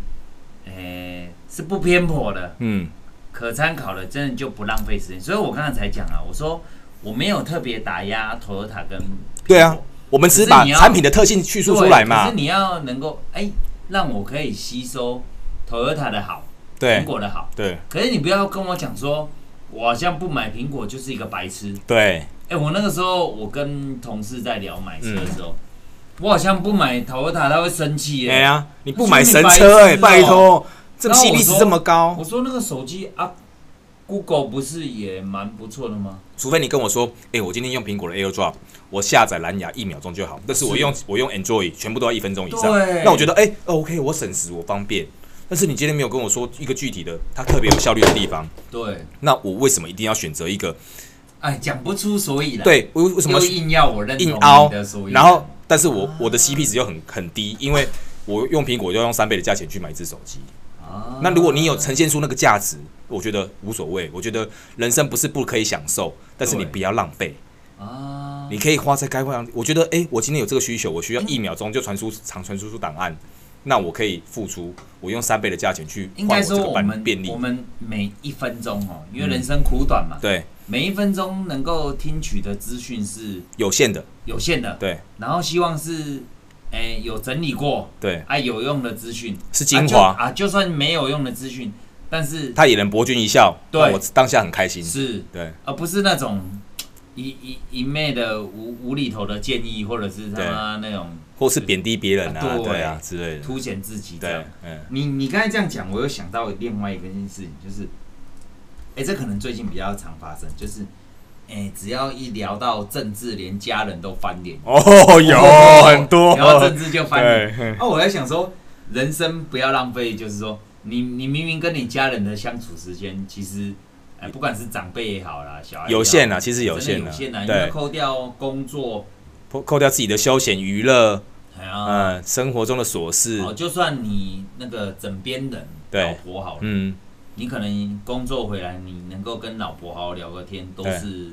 Speaker 1: 诶、是不偏颇的，
Speaker 2: 嗯
Speaker 1: 可参考的，真的就不浪费时间。所以我刚刚才讲啊，我说我没有特别打压 Toyota 跟，
Speaker 2: 对啊，我们只是把
Speaker 1: 可是你要
Speaker 2: 产品的特性叙述出来
Speaker 1: 对可
Speaker 2: 嘛
Speaker 1: 是。你要能够哎、让我可以吸收 Toyota 的好，苹
Speaker 2: 对
Speaker 1: 果的好。
Speaker 2: 对
Speaker 1: 可是你不要跟我讲说，我好像不买苹果就是一个白痴。
Speaker 2: 对，
Speaker 1: 哎、我那个时候我跟同事在聊买车的时候，我好像不买 Toyota 他会生气耶、
Speaker 2: 嗯哎呀，你不
Speaker 1: 就是
Speaker 2: 买
Speaker 1: 你
Speaker 2: 神
Speaker 1: 白
Speaker 2: 车
Speaker 1: 痴
Speaker 2: 哎，拜
Speaker 1: 哦
Speaker 2: 托，这
Speaker 1: 然后
Speaker 2: CP
Speaker 1: 我
Speaker 2: 值
Speaker 1: 说
Speaker 2: 这么高
Speaker 1: 我，说那个手机啊，Google 不是也蛮不错的吗？
Speaker 2: 除非你跟我说，哎，我今天用苹果的 AirDrop，我下载蓝牙一秒钟就好，但是我
Speaker 1: 是
Speaker 2: 用我用 Android 全部都要一分钟以上
Speaker 1: 对。
Speaker 2: 那我觉得，哎哦，OK，我省时，我方便。但是你今天没有跟我说一个具体的，它特别有效率的地方，
Speaker 1: 对，
Speaker 2: 那我为什么一定要选择一个？
Speaker 1: 哎，讲不出所以然。
Speaker 2: 对，为为什么
Speaker 1: 又硬要我认同
Speaker 2: 硬
Speaker 1: 你
Speaker 2: 凹
Speaker 1: 的所以，
Speaker 2: 然后但是我我的 CP 值又很很低，因为我用苹果就要用三倍的价钱去买一只手机。
Speaker 1: 啊
Speaker 2: 那如果你有呈现出那个价值，我觉得无所谓。我觉得人生不是不可以享受，但是你
Speaker 1: 对
Speaker 2: 不要浪费，
Speaker 1: 啊，
Speaker 2: 你可以花在该花。我觉得，诶，我今天有这个需求，我需
Speaker 1: 嗯
Speaker 2: 要一秒钟就传输长传输出档案，那我可以付出，我用三倍的价钱去
Speaker 1: 应
Speaker 2: 换
Speaker 1: 该
Speaker 2: 我这
Speaker 1: 说
Speaker 2: 个
Speaker 1: 我
Speaker 2: 办
Speaker 1: 们
Speaker 2: 便利
Speaker 1: 我。们每一分钟哦，因为
Speaker 2: 嗯
Speaker 1: 人生苦短嘛，
Speaker 2: 对，
Speaker 1: 每一分钟能够听取的资讯是
Speaker 2: 有限的，
Speaker 1: 有限的，
Speaker 2: 对
Speaker 1: 然后希望是。哎，有整理过，
Speaker 2: 对，
Speaker 1: 啊，有用的资讯
Speaker 2: 是精华
Speaker 1: 啊就啊，就算没有用的资讯，但是
Speaker 2: 他也能博君一笑，
Speaker 1: 对
Speaker 2: 让我当下很开心。
Speaker 1: 是
Speaker 2: 对，
Speaker 1: 而不是那种一一一昧的无无厘头的建议，或者是他妈那种
Speaker 2: 或是贬低别人啊，
Speaker 1: 啊对
Speaker 2: 对啊之类的，
Speaker 1: 凸显自己这样
Speaker 2: 对。，嗯。
Speaker 1: 你你刚才这样讲，我又想到另外一个事情，就是，哎、这可能最近比较常发生，就是，哎、只要一聊到政治，连家人都翻脸，
Speaker 2: 哦， (laughs)
Speaker 1: (laughs)
Speaker 2: 有
Speaker 1: 哦
Speaker 2: 很多，
Speaker 1: 聊到政治就翻脸。
Speaker 2: 对，
Speaker 1: 哦，我在想说，人生不要浪费，就是说，你你明明跟你家人的相处时间，其实，哎、不管是长辈也好啦，小孩也好
Speaker 2: 有限啊，，其实有
Speaker 1: 真
Speaker 2: 限
Speaker 1: 的有
Speaker 2: 啊，
Speaker 1: 限啊，因为
Speaker 2: 对，
Speaker 1: 扣掉工作，
Speaker 2: 扣扣掉自己的休闲娱乐，
Speaker 1: 哎呀，
Speaker 2: 嗯，生活中的琐事，
Speaker 1: 哦，就算你那个枕边人
Speaker 2: 对
Speaker 1: 老婆好了。
Speaker 2: 嗯，
Speaker 1: 你可能工作回来，你能够跟老婆好好聊个天，都
Speaker 2: 对
Speaker 1: 是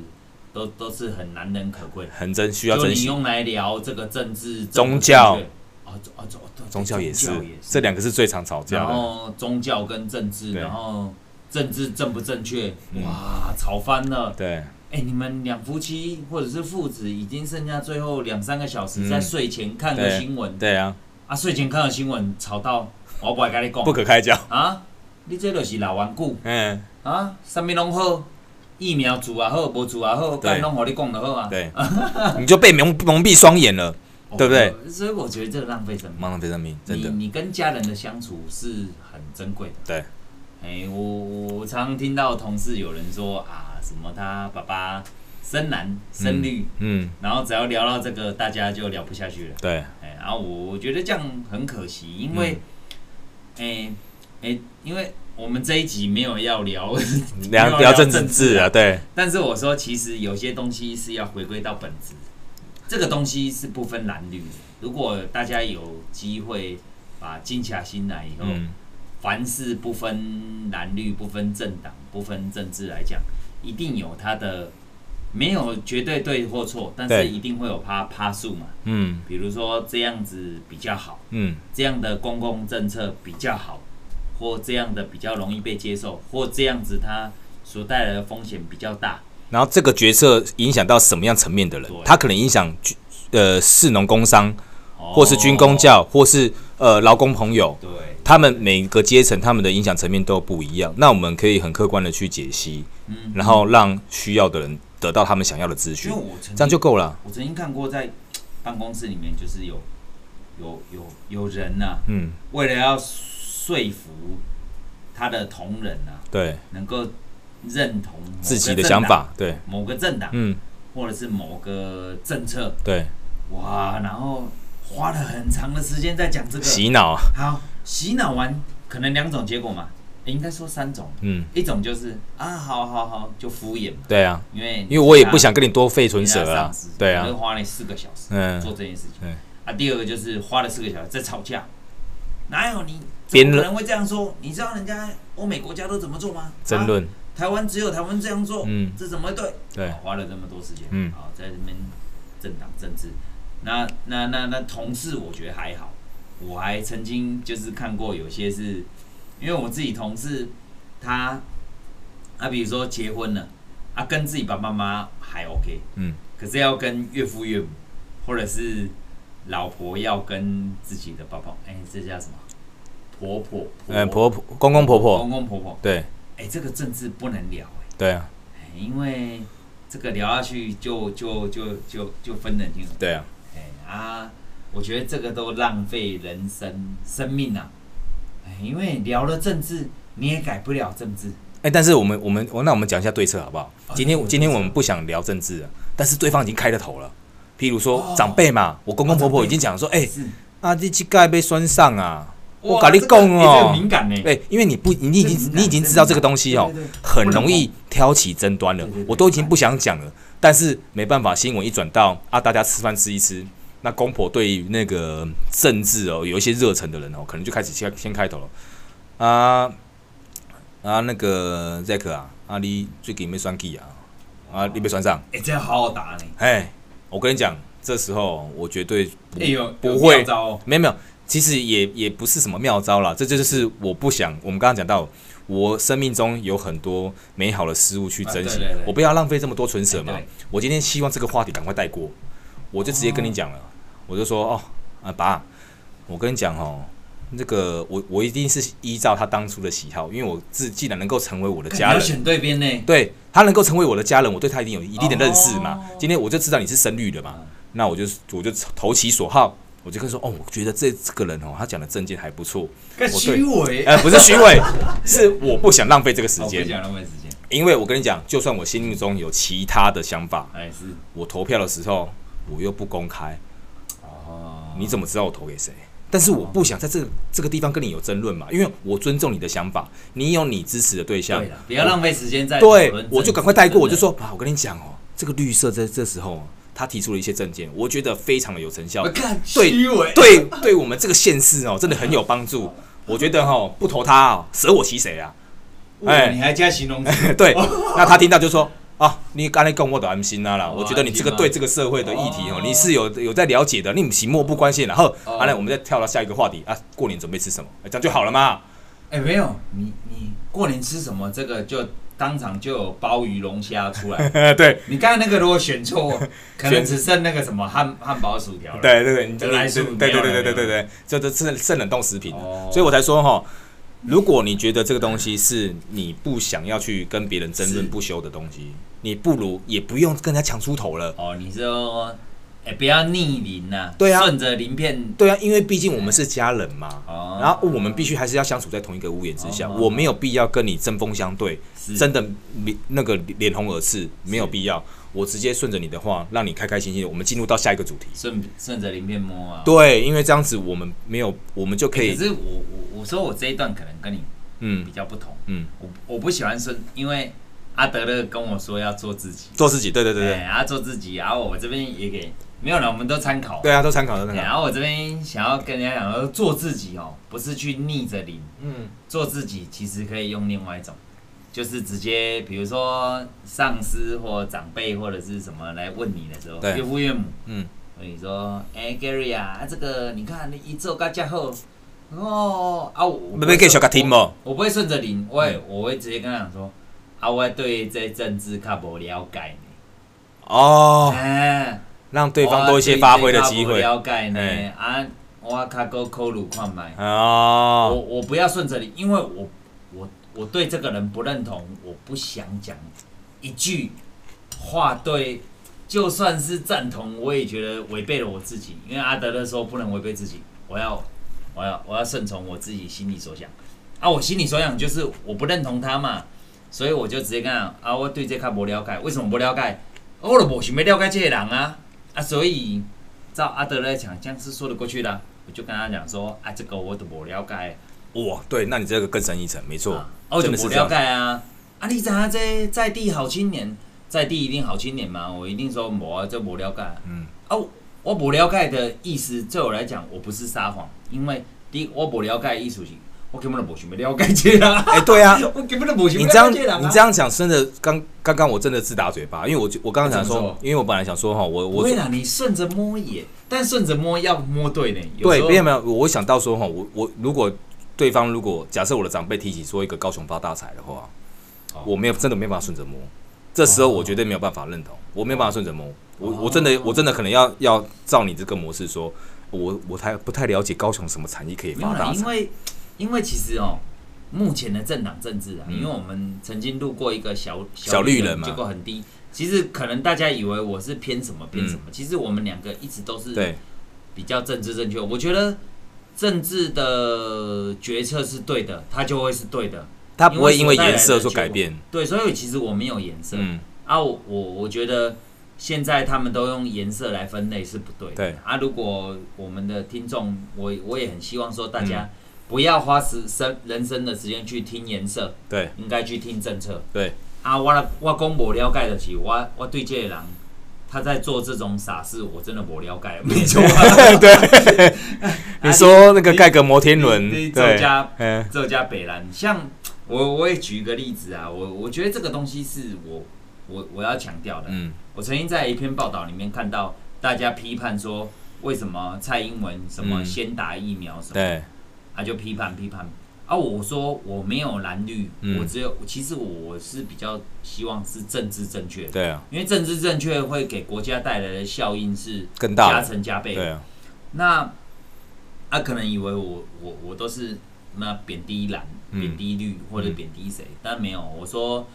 Speaker 1: 都都是很难能可贵。
Speaker 2: 很珍需要
Speaker 1: 就
Speaker 2: 珍
Speaker 1: 你
Speaker 2: 惜。
Speaker 1: 用来聊这个政治、
Speaker 2: 宗
Speaker 1: 政治
Speaker 2: 教
Speaker 1: 正确，哦宗哦宗对
Speaker 2: 宗教也是
Speaker 1: 宗，
Speaker 2: 这两个是最常吵架
Speaker 1: 然
Speaker 2: 的。
Speaker 1: 后宗教跟政治，
Speaker 2: 对
Speaker 1: 然后政治正不正确，
Speaker 2: 嗯
Speaker 1: 哇，吵翻了。
Speaker 2: 对，
Speaker 1: 哎，你们两夫妻或者是父子，已经剩下最后两三个小时，在
Speaker 2: 嗯
Speaker 1: 睡前看个
Speaker 2: 对
Speaker 1: 新闻
Speaker 2: 对啊，
Speaker 1: 啊，睡前看个新闻，吵到我不爱跟你讲
Speaker 2: 不可开交。
Speaker 1: 啊，你这就是老顽固。
Speaker 2: 嗯，
Speaker 1: 啊，啥物拢好，疫苗做也好，无做也好，
Speaker 2: 对
Speaker 1: 干拢互你讲就好啊。
Speaker 2: 对， (laughs) 你就被蒙蒙蔽双眼了，
Speaker 1: 哦
Speaker 2: 对不对？
Speaker 1: 所以我觉得这个浪费生命。
Speaker 2: 茫然非常命，真
Speaker 1: 你
Speaker 2: 的。
Speaker 1: 你跟家人的相处是很珍贵的。
Speaker 2: 对。
Speaker 1: 哎、我我我常听到同事有人说啊，什么他爸爸深蓝深绿，
Speaker 2: 嗯，
Speaker 1: 然后只要聊到这个，大家就聊不下去了。
Speaker 2: 对，
Speaker 1: 哎、然后我我觉得这样很可惜，因为，哎、
Speaker 2: 嗯
Speaker 1: 哎、因为我们这一集没有要聊
Speaker 2: 聊聊政治啊，对，
Speaker 1: 但是我说，其实有些东西是要回归到本质，这个东西是不分蓝绿的。如果大家有机会把静下心来以后，
Speaker 2: 嗯，
Speaker 1: 凡事不分蓝绿、不分政党、不分政治来讲，一定有它的没有绝对对或错，但
Speaker 2: 对
Speaker 1: 是一定会有趴趴数嘛。
Speaker 2: 嗯
Speaker 1: 比如说这样子比较好，
Speaker 2: 嗯
Speaker 1: 这样的公共政策比较好，或这样的比较容易被接受，或这样子它所带来的风险比较大。
Speaker 2: 然后这个决策影响到什么样层面的人
Speaker 1: 对？
Speaker 2: 他可能影响居呃士农工商，
Speaker 1: 哦
Speaker 2: 或是军工，教，或是呃劳工朋友，
Speaker 1: 对，
Speaker 2: 他们每个阶层他们的影响层面都不一样。那我们可以很客观的去解析，
Speaker 1: 嗯，
Speaker 2: 然后让需要的人得到他们想要的资
Speaker 1: 因
Speaker 2: 讯
Speaker 1: 为，我曾
Speaker 2: 这样就够了。
Speaker 1: 我曾经看过在办公室里面，就是有有有有人呐、
Speaker 2: 嗯，
Speaker 1: 为了要说服他的同仁呐、
Speaker 2: 对
Speaker 1: 能够认同某个
Speaker 2: 自己的
Speaker 1: 政
Speaker 2: 想
Speaker 1: 党、
Speaker 2: 法，对，
Speaker 1: 某个政党、
Speaker 2: 嗯，
Speaker 1: 或者是某个政策，
Speaker 2: 对，
Speaker 1: 哇，然后花了很长的时间在讲这个，
Speaker 2: 洗脑，啊
Speaker 1: 好，洗脑完可能两种结果嘛，诶应该说三种，
Speaker 2: 嗯，
Speaker 1: 一种就是啊，好好好，就敷衍嘛，
Speaker 2: 对啊，
Speaker 1: 因为
Speaker 2: 因为我也不想跟你多费唇舌
Speaker 1: 啊
Speaker 2: 啊，，对
Speaker 1: 我
Speaker 2: 啊
Speaker 1: 就，花了四个小时做
Speaker 2: 嗯，
Speaker 1: 这件事情，
Speaker 2: 对
Speaker 1: 啊，第二个就是花了四个小时在吵架，哪有你
Speaker 2: 辩
Speaker 1: 怎么可
Speaker 2: 论
Speaker 1: 能会这样说？你知道人家欧美国家都怎么做吗？
Speaker 2: 争
Speaker 1: 啊
Speaker 2: 论，
Speaker 1: 台湾只有台湾这样做，
Speaker 2: 嗯，
Speaker 1: 这怎么会对？
Speaker 2: 对
Speaker 1: 啊，花了这么多时间，
Speaker 2: 嗯
Speaker 1: 好，在这边政党政治，那那那那同事我觉得还好，我还曾经就是看过有些是，因为我自己同事他，啊，比如说结婚了，啊，跟自己爸爸妈妈还 OK，
Speaker 2: 嗯，
Speaker 1: 可是要跟岳父岳母，或者是老婆要跟自己的爸爸，哎、这叫什么？婆婆，
Speaker 2: 嗯，婆婆公公婆婆，
Speaker 1: 公公婆婆，
Speaker 2: 对
Speaker 1: 哎、这个政治不能聊、哎。
Speaker 2: 对啊，
Speaker 1: 哎因为这个聊下去就就就就就分得很清楚。
Speaker 2: 对啊，
Speaker 1: 哎啊，我觉得这个都浪费人生生命啊！哎，因为聊了政治，你也改不了政治。
Speaker 2: 哎，但是我们我们我那我们讲一下对策好不好？
Speaker 1: 哦
Speaker 2: 今天
Speaker 1: 对策
Speaker 2: 今天我们不想聊政治啊，但是对方已经开了头了。譬如说
Speaker 1: 哦
Speaker 2: 长啊辈嘛，我公公婆婆已经讲说，哎，
Speaker 1: 是
Speaker 2: 啊，你膝盖被酸上啊，我
Speaker 1: 哇
Speaker 2: 跟你
Speaker 1: 这个
Speaker 2: 讲
Speaker 1: 哎这个
Speaker 2: 哦，
Speaker 1: 敏感呢，
Speaker 2: 哎，因为你不你已
Speaker 1: 这
Speaker 2: 经
Speaker 1: 敏感
Speaker 2: 你已经知道这个东西哦，
Speaker 1: 对对对
Speaker 2: 很容易挑起争端了
Speaker 1: 对对。对
Speaker 2: 我都已经不想讲了，但是没办法，新闻一转到啊，大家吃饭吃一吃，那公婆对于那个政治哦有一些热忱的人哦，可能就开始先先开头了啊啊，那个 Zack 啊，啊你最近没算计啊，啊你没算上，
Speaker 1: 哎，这个好好打呢。
Speaker 2: 哎，我跟你讲，这时候我绝对
Speaker 1: 哎呦，
Speaker 2: 不会
Speaker 1: 有妙招哦
Speaker 2: 没有没有，其实也也不是什么妙招啦，这就是我不想。我们刚刚讲到，我生命中有很多美好的事物去珍惜，
Speaker 1: 啊对对对
Speaker 2: 我不要浪费这么多唇舌嘛。
Speaker 1: 哎对
Speaker 2: 我今天希望这个话题赶快带过，我就直接跟你讲了，我就说哦，啊爸，我跟你讲哦。这个我我一定是依照他当初的喜好，因为我自既然能够成为我的
Speaker 1: 干
Speaker 2: 家
Speaker 1: 你要
Speaker 2: 人，
Speaker 1: 选对边呢。
Speaker 2: 对他能够成为我的家人，我对他一定有一定的认识嘛。
Speaker 1: 哦
Speaker 2: 今天我就知道你是深绿的嘛，
Speaker 1: 嗯
Speaker 2: 那我就我就投其所好，我就跟他说哦，我觉得这这个人哦，他讲的证件还不错， (laughs)
Speaker 1: 更
Speaker 2: 我对
Speaker 1: 虚伪。
Speaker 2: 呃，不是
Speaker 1: (laughs)
Speaker 2: 虚伪，是我不想浪费这个时
Speaker 1: 好哦不
Speaker 2: 间，
Speaker 1: 讲浪费时间。
Speaker 2: 因为我跟你讲，就算我心目中有其他的想法，
Speaker 1: 哎，是
Speaker 2: 我投票的时候我又不公开，
Speaker 1: 哦，
Speaker 2: 你怎么知道我投给谁？但是我不想在这个这个地方跟你有争论嘛，因为我尊重你的想法，你有你支持的对象
Speaker 1: 对，了，不要浪费时间在讨
Speaker 2: 对
Speaker 1: 论，
Speaker 2: 我就
Speaker 1: 政
Speaker 2: 赶快
Speaker 1: 治
Speaker 2: 带过，我
Speaker 1: 真
Speaker 2: 就
Speaker 1: 的
Speaker 2: 说啊，我跟你讲哦，这个绿色在这时候哦他提出了一些证件，我觉得非常的有成效
Speaker 1: 我，看
Speaker 2: 对
Speaker 1: 虚伪，
Speaker 2: 对，对我们这个县市哦，真的很有帮助。我觉得哈、哦，不投他哦，舍我其谁啊？ (laughs) 哎
Speaker 1: 哇你还加形容词，
Speaker 2: 对，那他听到就说啊，你刚才跟我的安心啦啦，
Speaker 1: 哦
Speaker 2: 我觉得你这个
Speaker 1: 安心啊
Speaker 2: 对这个社会的议题哦
Speaker 1: 哦，
Speaker 2: 你是有有在了解的，你不是漠不关心。然后，
Speaker 1: 哦
Speaker 2: 好、来我们再跳到下一个话题啊，过年准备吃什么？哎这样就好了嘛。 (laughs)
Speaker 1: 哎、没有，你你过年吃什么？这个就当场就有鲍鱼、龙虾出
Speaker 2: (laughs)
Speaker 1: 来。
Speaker 2: 对对
Speaker 1: 你刚才那个如果选错，可
Speaker 2: 选
Speaker 1: 能只剩那个什么汉汉堡、薯条了。，
Speaker 2: 对对，你就
Speaker 1: 得来
Speaker 2: 对
Speaker 1: 速
Speaker 2: 对对
Speaker 1: 没有
Speaker 2: 对
Speaker 1: 了
Speaker 2: 对对
Speaker 1: 没
Speaker 2: 对，这这剩剩冷冻食品了啊
Speaker 1: 哦
Speaker 2: 所以我才说哈、哦。如果你觉得这个东西是你不想要去跟别人争论
Speaker 1: 是
Speaker 2: 不休的东西，你不如也不用跟人家抢出头了。
Speaker 1: 哦，你说，哎、不要逆鳞呐、
Speaker 2: 对啊
Speaker 1: 顺着鳞片。
Speaker 2: 对啊，因为毕竟我们是家人嘛，
Speaker 1: 哦，
Speaker 2: 然后我们必须还是要相处在同一个屋檐之下，
Speaker 1: 哦嗯
Speaker 2: 我没有必要跟你针锋相对，
Speaker 1: 是
Speaker 2: 真的你那个脸红耳赤没有必要，我直接顺着你的话，让你开开心心。我们进入到下一个主题。
Speaker 1: 顺顺着鳞片摸啊。
Speaker 2: 对，因为这样子我们没有，我们就可以
Speaker 1: 可，是我我我说我这一段可能跟你
Speaker 2: 嗯
Speaker 1: 比较不同，
Speaker 2: 嗯，
Speaker 1: 我我不喜欢顺，因为阿德勒跟我说要做自己，
Speaker 2: 做自己。对对对
Speaker 1: 哎
Speaker 2: 对，
Speaker 1: 啊做自己，然、后我这边也给没有了，我们都参考。
Speaker 2: 对啊，都参考，都参
Speaker 1: 对
Speaker 2: 考。
Speaker 1: 然后我这边想要跟人家讲说，做自己哦，不是去逆着领，
Speaker 2: 嗯，
Speaker 1: 做自己其实可以用另外一种，就是直接比如说上司或长辈或者是什么来问你的时候，
Speaker 2: 对
Speaker 1: 岳父岳母，
Speaker 2: 嗯，
Speaker 1: 问你说，哎、g a r y 啊，啊这个你看你一做到这好，哦啊我我
Speaker 2: 要要继续甲听嗯
Speaker 1: 我
Speaker 2: 无？
Speaker 1: 我不会顺着你，我会、我会直接跟他讲说，啊我对这政治较无了解呢，
Speaker 2: 哦，
Speaker 1: 哎、
Speaker 2: 让对方多一些发挥的机
Speaker 1: 我对
Speaker 2: 会
Speaker 1: 这个不了解呢
Speaker 2: 哎，
Speaker 1: 啊，我较够考虑看卖。我
Speaker 2: 哦，
Speaker 1: 我不要顺着你，因为我我我对这个人不认同，我不想讲一句话对，就算是赞同，我也觉得违背了我自己。因为阿德勒说不能违背自己，我要我要我要顺从我自己心里所想。啊，我心里所想就是我不认同他嘛，所以我就直接跟他讲啊，我对这较无了解，为什么不了解？哦我都无想要了解这个人啊啊，所以照阿德勒讲，这样是说得过去的啊、我就跟他讲说啊，这个我都无了解。
Speaker 2: 哇，对，那你这个更深一层，没错
Speaker 1: 啊，，啊我就
Speaker 2: 真的
Speaker 1: 不
Speaker 2: 是哦这
Speaker 1: 了
Speaker 2: 样
Speaker 1: 解啊。啊，你知影这在地好青年，在地一定好青年嘛？我一定说无啊，这无了解。
Speaker 2: 嗯，
Speaker 1: 啊，我我不了解的意思，对我来讲，我不是撒谎，因为第一，我不了解的意思是，我根本就无想要了解这个人，
Speaker 2: 哎，对啊，
Speaker 1: (laughs) 我根本就无想
Speaker 2: 你
Speaker 1: 要
Speaker 2: 这样
Speaker 1: 了解这个人、啊。
Speaker 2: 你这，样讲，真的刚刚刚我真的自打嘴巴，因为我就我刚刚想
Speaker 1: 哎怎么
Speaker 2: 说
Speaker 1: 说，
Speaker 2: 因为我本来想说哈，我
Speaker 1: 不
Speaker 2: 我
Speaker 1: 会啦，你顺着摸也，但顺着摸要摸对呢。有
Speaker 2: 对
Speaker 1: 时候
Speaker 2: 没有没有，我想到说哈，我我如果对方如果假设我的长辈提起说一个高雄发大财的话
Speaker 1: 哦，
Speaker 2: 我没有真的没办法顺着摸，这时候我绝对没有办法认同，我没有办法顺着摸，我
Speaker 1: 哦
Speaker 2: 我真的我真的可能要要照你这个模式说，我我太不太了解高雄什么产业可以
Speaker 1: 没有啦
Speaker 2: 发大，
Speaker 1: 因
Speaker 2: 财，
Speaker 1: 为因为其实哦，目前的政党政治啊，
Speaker 2: 嗯
Speaker 1: 因为我们曾经路过一个小
Speaker 2: 小绿人嘛
Speaker 1: 结果很低。其实可能大家以为我是偏什么偏什么，其实我们两个一直都是
Speaker 2: 嗯对，
Speaker 1: 比较政治正确。我觉得政治的决策是对的，它就会是对的。
Speaker 2: 他不会因为
Speaker 1: 所带来
Speaker 2: 颜色
Speaker 1: 的
Speaker 2: 做
Speaker 1: 结果
Speaker 2: 改变，
Speaker 1: 对，所以其实我没有颜色、
Speaker 2: 嗯，
Speaker 1: 啊，我我我觉得现在他们都用颜色来分类是不对的。
Speaker 2: 对
Speaker 1: 啊，如果我们的听众，我我也很希望说大
Speaker 2: 嗯
Speaker 1: 家不要花时生人生的时间去听颜色，
Speaker 2: 对
Speaker 1: 应该去听政策。
Speaker 2: 对，
Speaker 1: 啊，我啦我讲无了解的是，我我对这个人他在做这种傻事，我真的无了
Speaker 2: (laughs)
Speaker 1: 解，没错、啊。对，
Speaker 2: 你说那个
Speaker 1: 你
Speaker 2: 盖个摩天轮
Speaker 1: 你，作
Speaker 2: 对，
Speaker 1: 家
Speaker 2: 嗯，
Speaker 1: 浙江北兰，像我我也举一个例子啊，我我觉得这个东西是我我我要强调的。
Speaker 2: 嗯，
Speaker 1: 我曾经在一篇报道里面看到大家批判说，为什么蔡英文什么
Speaker 2: 嗯
Speaker 1: 先打疫苗什么，
Speaker 2: 对，
Speaker 1: 他就批判批判。啊，我说我没有蓝绿，
Speaker 2: 嗯
Speaker 1: 我只有其实我是比较希望是政治正确的，
Speaker 2: 对啊，
Speaker 1: 因为政治正确会给国家带来的效应是
Speaker 2: 更大
Speaker 1: 加
Speaker 2: 了，
Speaker 1: 成加倍的。
Speaker 2: 对啊，
Speaker 1: 那他、可能以为我我我都是那贬低蓝、
Speaker 2: 嗯
Speaker 1: 贬低绿或者贬低谁，但没有。我说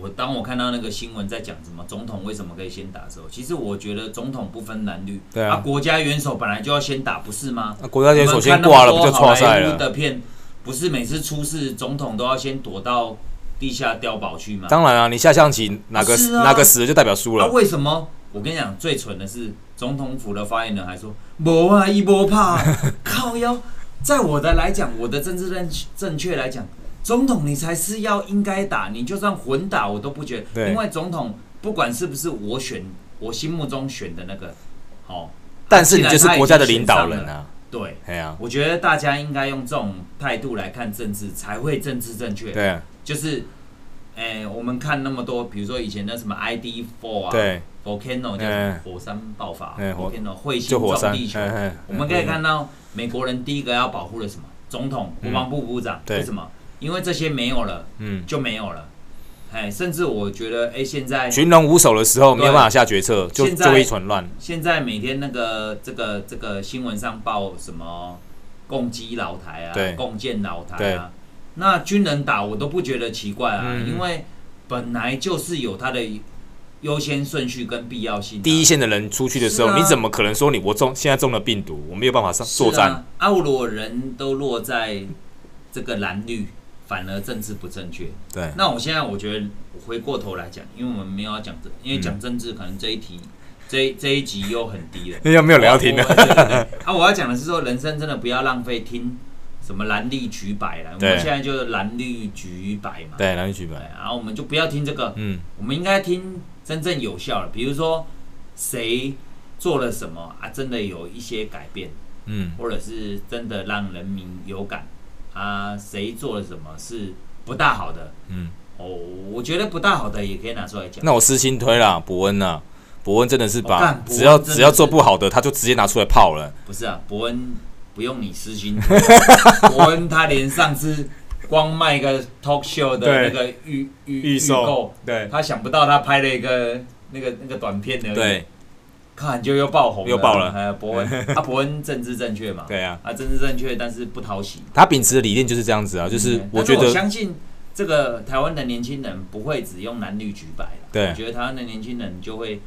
Speaker 1: 我当我看到那个新闻在讲什么总统为什么可以先打的时候，其实我觉得总统不分蓝绿，
Speaker 2: 对啊
Speaker 1: 国家元首本来就要先打，不是吗？
Speaker 2: 那国家元首先挂了，不就错赛
Speaker 1: 我们看那么多好莱坞
Speaker 2: 了？
Speaker 1: 的片不是每次出事总统都要先躲到地下碉堡去吗？
Speaker 2: 当然啊，你下象棋哪个
Speaker 1: 是啊
Speaker 2: 哪个死了就代表输
Speaker 1: 那、
Speaker 2: 了，
Speaker 1: 为什么？我跟你讲，最蠢的是总统府的发言人还说：“没啊，一波怕
Speaker 2: (laughs)
Speaker 1: 靠腰。”在我的来讲，我的政治正正确来讲，总统你才是要应该打，你就算混打我都不觉得，
Speaker 2: 对
Speaker 1: 因为总统不管是不是我选，我心目中选的那个，哦，
Speaker 2: 但是你
Speaker 1: 既然
Speaker 2: 就是
Speaker 1: 他已
Speaker 2: 国家
Speaker 1: 经
Speaker 2: 的
Speaker 1: 选
Speaker 2: 领导
Speaker 1: 上
Speaker 2: 人
Speaker 1: 了
Speaker 2: 啊，
Speaker 1: 对，
Speaker 2: 哎呀，
Speaker 1: 我觉得大家应该用这种态度来看政治，才会政治正确。
Speaker 2: 对啊
Speaker 1: 就是，哎、我们看那么多，比如说以前的什么 ID Four 啊，
Speaker 2: 对，
Speaker 1: volcano 叫
Speaker 2: 嗯
Speaker 1: 火山爆发、
Speaker 2: 嗯
Speaker 1: v o
Speaker 2: 火
Speaker 1: l c a n o 彗星
Speaker 2: 就火
Speaker 1: 撞
Speaker 2: 山
Speaker 1: 地，球。
Speaker 2: 嗯嗯
Speaker 1: 我们可以看到美国人第一个要保护的什么？总统、
Speaker 2: 嗯
Speaker 1: 国防部部长。
Speaker 2: 对
Speaker 1: 为什么？因为这些没有了
Speaker 2: 嗯，
Speaker 1: 就没有了。哎，甚至我觉得，哎，现在
Speaker 2: 群龙无首的时候
Speaker 1: 对
Speaker 2: 没有办法下决策，就
Speaker 1: 现在
Speaker 2: 就会一团乱，
Speaker 1: 现在每天那个这个这个新闻上报什么共击老台啊
Speaker 2: 对，
Speaker 1: 共建老台
Speaker 2: 对
Speaker 1: 啊，那军人打我都不觉得奇怪啊，
Speaker 2: 嗯
Speaker 1: 因为本来就是有它的优先顺序跟必要性啊、
Speaker 2: 第一线的人出去的时候，
Speaker 1: 是啊
Speaker 2: 你怎么可能说你我中现在中了病毒，我没有办法上作战？
Speaker 1: 是啊，啊，如果人都落在这个蓝绿，反而政治不正确。
Speaker 2: 对，
Speaker 1: 那我现在我觉得回过头来讲，因为我们没有要讲这，因为
Speaker 2: 嗯。
Speaker 1: 讲政治可能这一题、这一这一集又很低了
Speaker 2: 又没有 (laughs) 聊天
Speaker 1: 我
Speaker 2: 了，
Speaker 1: 我对对对啊，我要讲的是说，人生真的不要浪费听什么蓝绿橘白了。我
Speaker 2: 对
Speaker 1: 们现在就是蓝绿橘白嘛。
Speaker 2: 对，蓝绿举
Speaker 1: 对。啊
Speaker 2: 本，
Speaker 1: 然后我们就不要听这个，
Speaker 2: 嗯，
Speaker 1: 我们应该听真正有效的，比如说谁做了什么啊，真的有一些改变。
Speaker 2: 嗯，
Speaker 1: 或者是真的让人民有感啊，谁做了什么是不大好的，
Speaker 2: 嗯，
Speaker 1: 我、哦、我觉得不大好的也可以拿出来讲。
Speaker 2: 那我私心推啦，伯恩呐，伯恩真的是
Speaker 1: 哦
Speaker 2: 把
Speaker 1: 干伯恩
Speaker 2: 只要
Speaker 1: 真的
Speaker 2: 只要
Speaker 1: 是
Speaker 2: 做不好的，他就直接拿出来泡了。
Speaker 1: 不是啊，伯恩不用你私心， (laughs) 伯恩他连上次光卖个 talk show 的那个预预
Speaker 3: 预售
Speaker 1: 购，
Speaker 3: 对，
Speaker 1: 他想不到他拍了一个那个那个短片的，，
Speaker 2: 对
Speaker 1: 看就又爆红了，
Speaker 2: 又爆了
Speaker 1: 呃，伯恩，啊，伯恩政治正确嘛，
Speaker 2: (laughs) 对啊，
Speaker 1: 啊，政治正确，但是不讨喜。
Speaker 2: 他秉持的理念就是这样子啊，就是
Speaker 1: 嗯
Speaker 2: 我
Speaker 1: 但是
Speaker 2: 觉得
Speaker 1: 相信这个台湾的年轻人不会只用蓝绿橘白了。
Speaker 2: 对
Speaker 1: 我觉得台湾的年轻人就会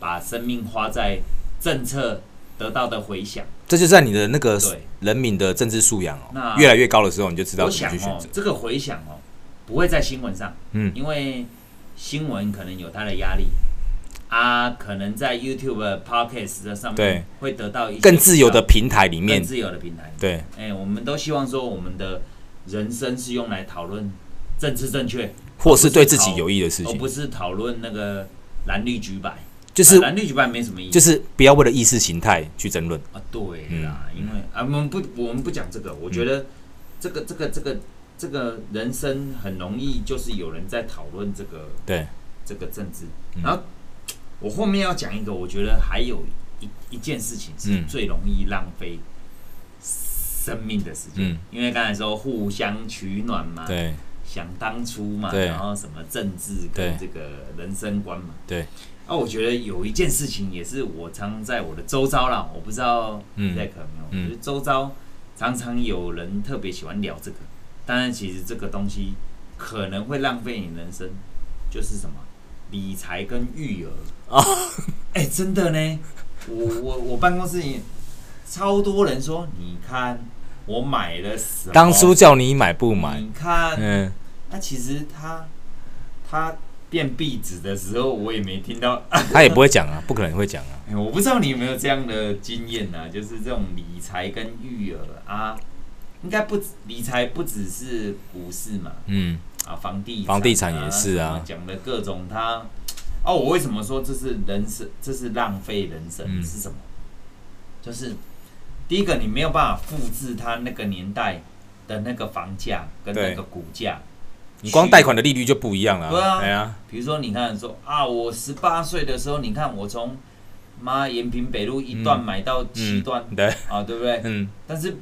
Speaker 1: 把生命花在政策得到的回响。
Speaker 2: 这就在你的那个
Speaker 1: 对
Speaker 2: 人民的政治素养哦
Speaker 1: 那，
Speaker 2: 越来越高的时候，你就呃知道
Speaker 1: 我
Speaker 2: 怎么
Speaker 1: 想
Speaker 2: 去选
Speaker 1: 哦
Speaker 2: 择，。
Speaker 1: 这个回响哦，不会在新闻上，
Speaker 2: 嗯
Speaker 1: 因为新闻可能有它的压力。啊，可能在 YouTube、Podcast 的上
Speaker 2: 对
Speaker 1: 面会得到一些
Speaker 2: 更自由的
Speaker 1: 比
Speaker 2: 平台里
Speaker 1: 较更
Speaker 2: 面，
Speaker 1: 自由的平台。
Speaker 2: 对
Speaker 1: 哎、我们都希望说，我们的人生是用来讨论政治正确，
Speaker 2: 或是对自
Speaker 1: 不是
Speaker 2: 己
Speaker 1: 靠
Speaker 2: 有益的事
Speaker 1: 而
Speaker 2: 情，
Speaker 1: 哦不是讨论那个蓝绿橘白，
Speaker 2: 就
Speaker 1: 啊
Speaker 2: 是
Speaker 1: 蓝绿橘白没什么意思，
Speaker 2: 就是不要为了意识形态去争论。
Speaker 1: 啊，对啦，
Speaker 2: 嗯
Speaker 1: 因为啊，我们不我们不讲这个，我觉得这个这个这个这个人生很容易就是有人在讨论这个
Speaker 2: 对
Speaker 1: 这个政治
Speaker 2: 嗯，
Speaker 1: 然后我后面要讲一个，我觉得还有一一件事情是
Speaker 2: 嗯
Speaker 1: 最容易浪费生命的事情，
Speaker 2: 嗯，
Speaker 1: 因为刚才说互相取暖嘛，
Speaker 2: 对
Speaker 1: 想当初嘛，
Speaker 2: 对
Speaker 1: 然后什么政治跟
Speaker 2: 对
Speaker 1: 这个人生观嘛，
Speaker 2: 对。
Speaker 1: 啊，我觉得有一件事情也是我常在我的周遭啦，我不知道
Speaker 2: 嗯
Speaker 1: Zack 有没有，
Speaker 2: 嗯
Speaker 1: 就是周遭常常有人特别喜欢聊这个，当然其实这个东西可能会浪费你人生，就是什么理财跟育儿
Speaker 2: 哦
Speaker 1: (laughs) 哎、真的呢，我我我办公室也超多人说，你看我买了什么，
Speaker 2: 当初叫你买不买？
Speaker 1: 你看。
Speaker 2: 嗯，
Speaker 1: 那其实他他变壁纸的时候，我也没听到、 (laughs)
Speaker 2: 他也不会讲啊，不可能会讲啊。
Speaker 1: 哎我不知道你有没有这样的经验啊，就是这种理财跟育儿啊，应该不止理财不只是股市嘛，
Speaker 2: 嗯，
Speaker 1: 啊，房地产啊
Speaker 2: 房地产也是啊
Speaker 1: 什么讲的各种他。哦，我为什么说这是人生，这是浪费人生？
Speaker 2: 嗯
Speaker 1: 是什么？就是第一个，你没有办法复制他那个年代的那个房价跟
Speaker 2: 对
Speaker 1: 那个股价，
Speaker 2: 你光贷款的利率就不一样了。
Speaker 1: 对啊
Speaker 2: 哎呀，
Speaker 1: 比如说，你看说啊，我十八岁的时候，你看我从妈延平北路一段
Speaker 2: 嗯
Speaker 1: 买到七段、
Speaker 2: 对，
Speaker 1: 啊，对不对？
Speaker 2: 嗯，
Speaker 1: 但是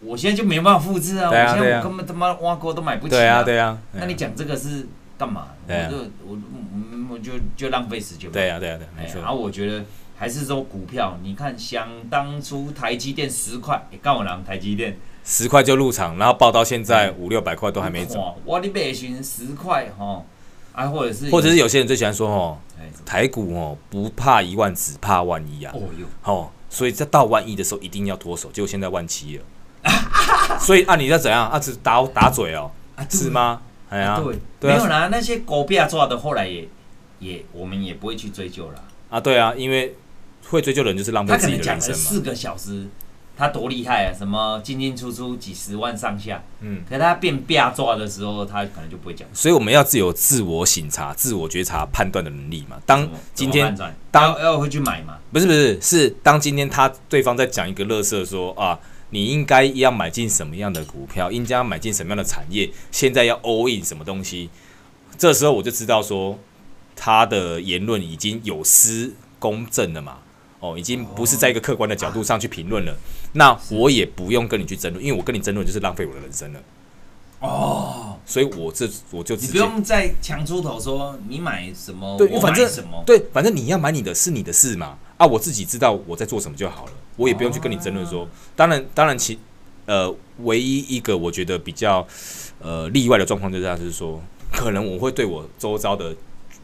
Speaker 1: 我现在就没办法复制啊，
Speaker 2: 对啊
Speaker 1: 我现
Speaker 2: 对
Speaker 1: 在
Speaker 2: 啊
Speaker 1: 我根本他妈挖沟都买不起、
Speaker 2: 对啊，对啊，
Speaker 1: 那你讲这个是干嘛？
Speaker 2: 对啊
Speaker 1: 我就我嗯我我就就浪费时间嘛。
Speaker 2: 对啊，对啊，对啊，
Speaker 1: 哎
Speaker 2: 没
Speaker 1: 然后
Speaker 2: 错，
Speaker 1: 我觉得还是说股票，你看想当初台积电十块，哎，干我娘台积电
Speaker 2: 十块就入场，然后报到现在
Speaker 1: 嗯
Speaker 2: 五六百块都还没走，
Speaker 1: 哇，我你买寻十块哈，啊，或者是
Speaker 2: 或者是有些人最喜欢说哦，
Speaker 1: 哎什么
Speaker 2: 台股哦不怕一万，只怕万一啊。
Speaker 1: 哦哟。
Speaker 2: 哦，所以在到万一的时候一定要脱手，结果现在万七了， (laughs) 所以啊，你要怎样啊？只打打嘴哦，
Speaker 1: 啊对
Speaker 2: 是吗？哎呀，
Speaker 1: 对，
Speaker 2: 对
Speaker 1: 没有
Speaker 2: 啊，
Speaker 1: 啦，那些狗屁啊抓的，后来也也我们也不会去追究啦。
Speaker 2: 啊对啊，因为会追究的人就是浪费
Speaker 1: 他可
Speaker 2: 自己
Speaker 1: 能
Speaker 2: 的
Speaker 1: 讲了
Speaker 2: 人生
Speaker 1: 四
Speaker 2: 嘛。
Speaker 1: 个小时，他多厉害啊，什么进进出出几十万上下，
Speaker 2: 嗯，
Speaker 1: 可他变啪抓的时候，他可能就不会讲。
Speaker 2: 所以我们要自有自我省察、自我觉察、判断的能力嘛。当
Speaker 1: 怎么
Speaker 2: 嗯今
Speaker 1: 怎么
Speaker 2: 天
Speaker 1: 判断
Speaker 2: 当
Speaker 1: 要要会去买嘛？
Speaker 2: 不是不是是当今天他对方在讲一个乐色说啊。你应该要买进什么样的股票？应该要买进什么样的产业？现在要 all in 什么东西？这时候我就知道说，他的言论已经有失公正了嘛，哦，已经不是在一个客观的角度上去评论了。那我也不用跟你去争论，因为我跟你争论就是浪费我的人生了。哦，所以我这我就
Speaker 1: 你
Speaker 2: 直
Speaker 1: 不
Speaker 2: 接
Speaker 1: 用再强出头说你买什么，
Speaker 2: 对，因为
Speaker 1: 我
Speaker 2: 反
Speaker 1: 买
Speaker 2: 正
Speaker 1: 什么，
Speaker 2: 对，反正你要买你的是你的事嘛，啊，我自己知道我在做什么就好了，我也不用去跟你争论
Speaker 1: 啊
Speaker 2: 说。当然，当然其呃，唯一一个我觉得比较呃例外的状况就是这样，就是说，可能我会对我周遭的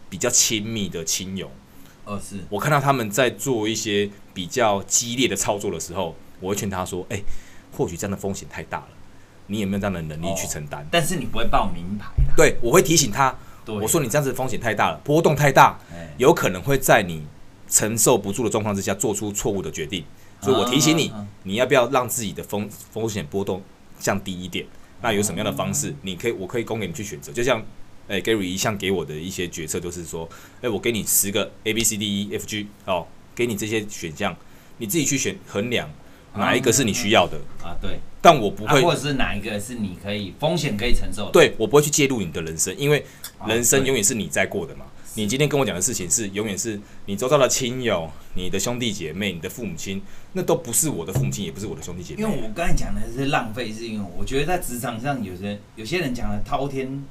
Speaker 2: 比较亲密的亲友，
Speaker 1: 哦是
Speaker 2: 我看到他们在做一些比较激烈的操作的时候，我会劝他说，哎、或许这样的风险太大了，你有没有这样的能力去
Speaker 1: 哦
Speaker 2: 承担？
Speaker 1: 但是你不会报名牌啦。
Speaker 2: 对，我会提醒他，
Speaker 1: 对，
Speaker 2: 我说你这样子风险太大了，波动太大。
Speaker 1: 哎
Speaker 2: 有可能会在你承受不住的状况之下做出错误的决定，所以我提醒你
Speaker 1: 啊啊啊，
Speaker 2: 你要不要让自己的风风险波动降低一点？那有什么样的方
Speaker 1: 啊
Speaker 2: 式，你可以我可以供给你去选择，就像。哎、g a r y 一向给我的一些决策都是说，哎、我给你十个 A B C D E F G 哦，给你这些选项，你自己去选衡量。哪一个是你需要的，
Speaker 1: 啊，对，
Speaker 2: 但我不
Speaker 1: 啊
Speaker 2: 会
Speaker 1: 或者是哪一个是你可以风险可以承受的？
Speaker 2: 对我不会去介入你的人生，因为
Speaker 1: 啊
Speaker 2: 人生
Speaker 1: 对
Speaker 2: 永远是你在过的嘛。你今天跟我讲的事情是永远是你周遭的亲友、你的兄弟姐妹、你的父母亲，那都不是我的父母亲，也不是我的兄弟姐
Speaker 1: 因为
Speaker 2: 妹。
Speaker 1: 我刚才讲的是浪费，是因为我觉得在职场上有些有些人讲的滔天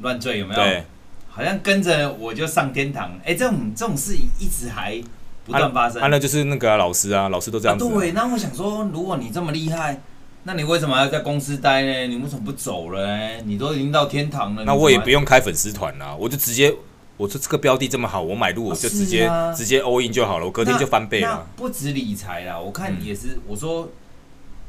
Speaker 1: 乱坠，有没有？
Speaker 2: 对，
Speaker 1: 好像跟着我就上天堂，哎、这种这种事一直还不断发生。
Speaker 2: 啊，那就是那个啊、老师啊，老师都这样子、
Speaker 1: 啊对，那我想说，如果你这么厉害，那你为什么还要在公司待呢？你为什么不走了呢？你都已经到天堂了，
Speaker 2: 那我也不
Speaker 1: 用
Speaker 2: 用开粉丝团啦，我就直接我说这个标的这么好，我买入我就直接、
Speaker 1: 啊是啊
Speaker 2: 直接 all in 就好了，我隔天就翻倍了。。
Speaker 1: 那不止理财啦，我看
Speaker 2: 嗯
Speaker 1: 也是，我说，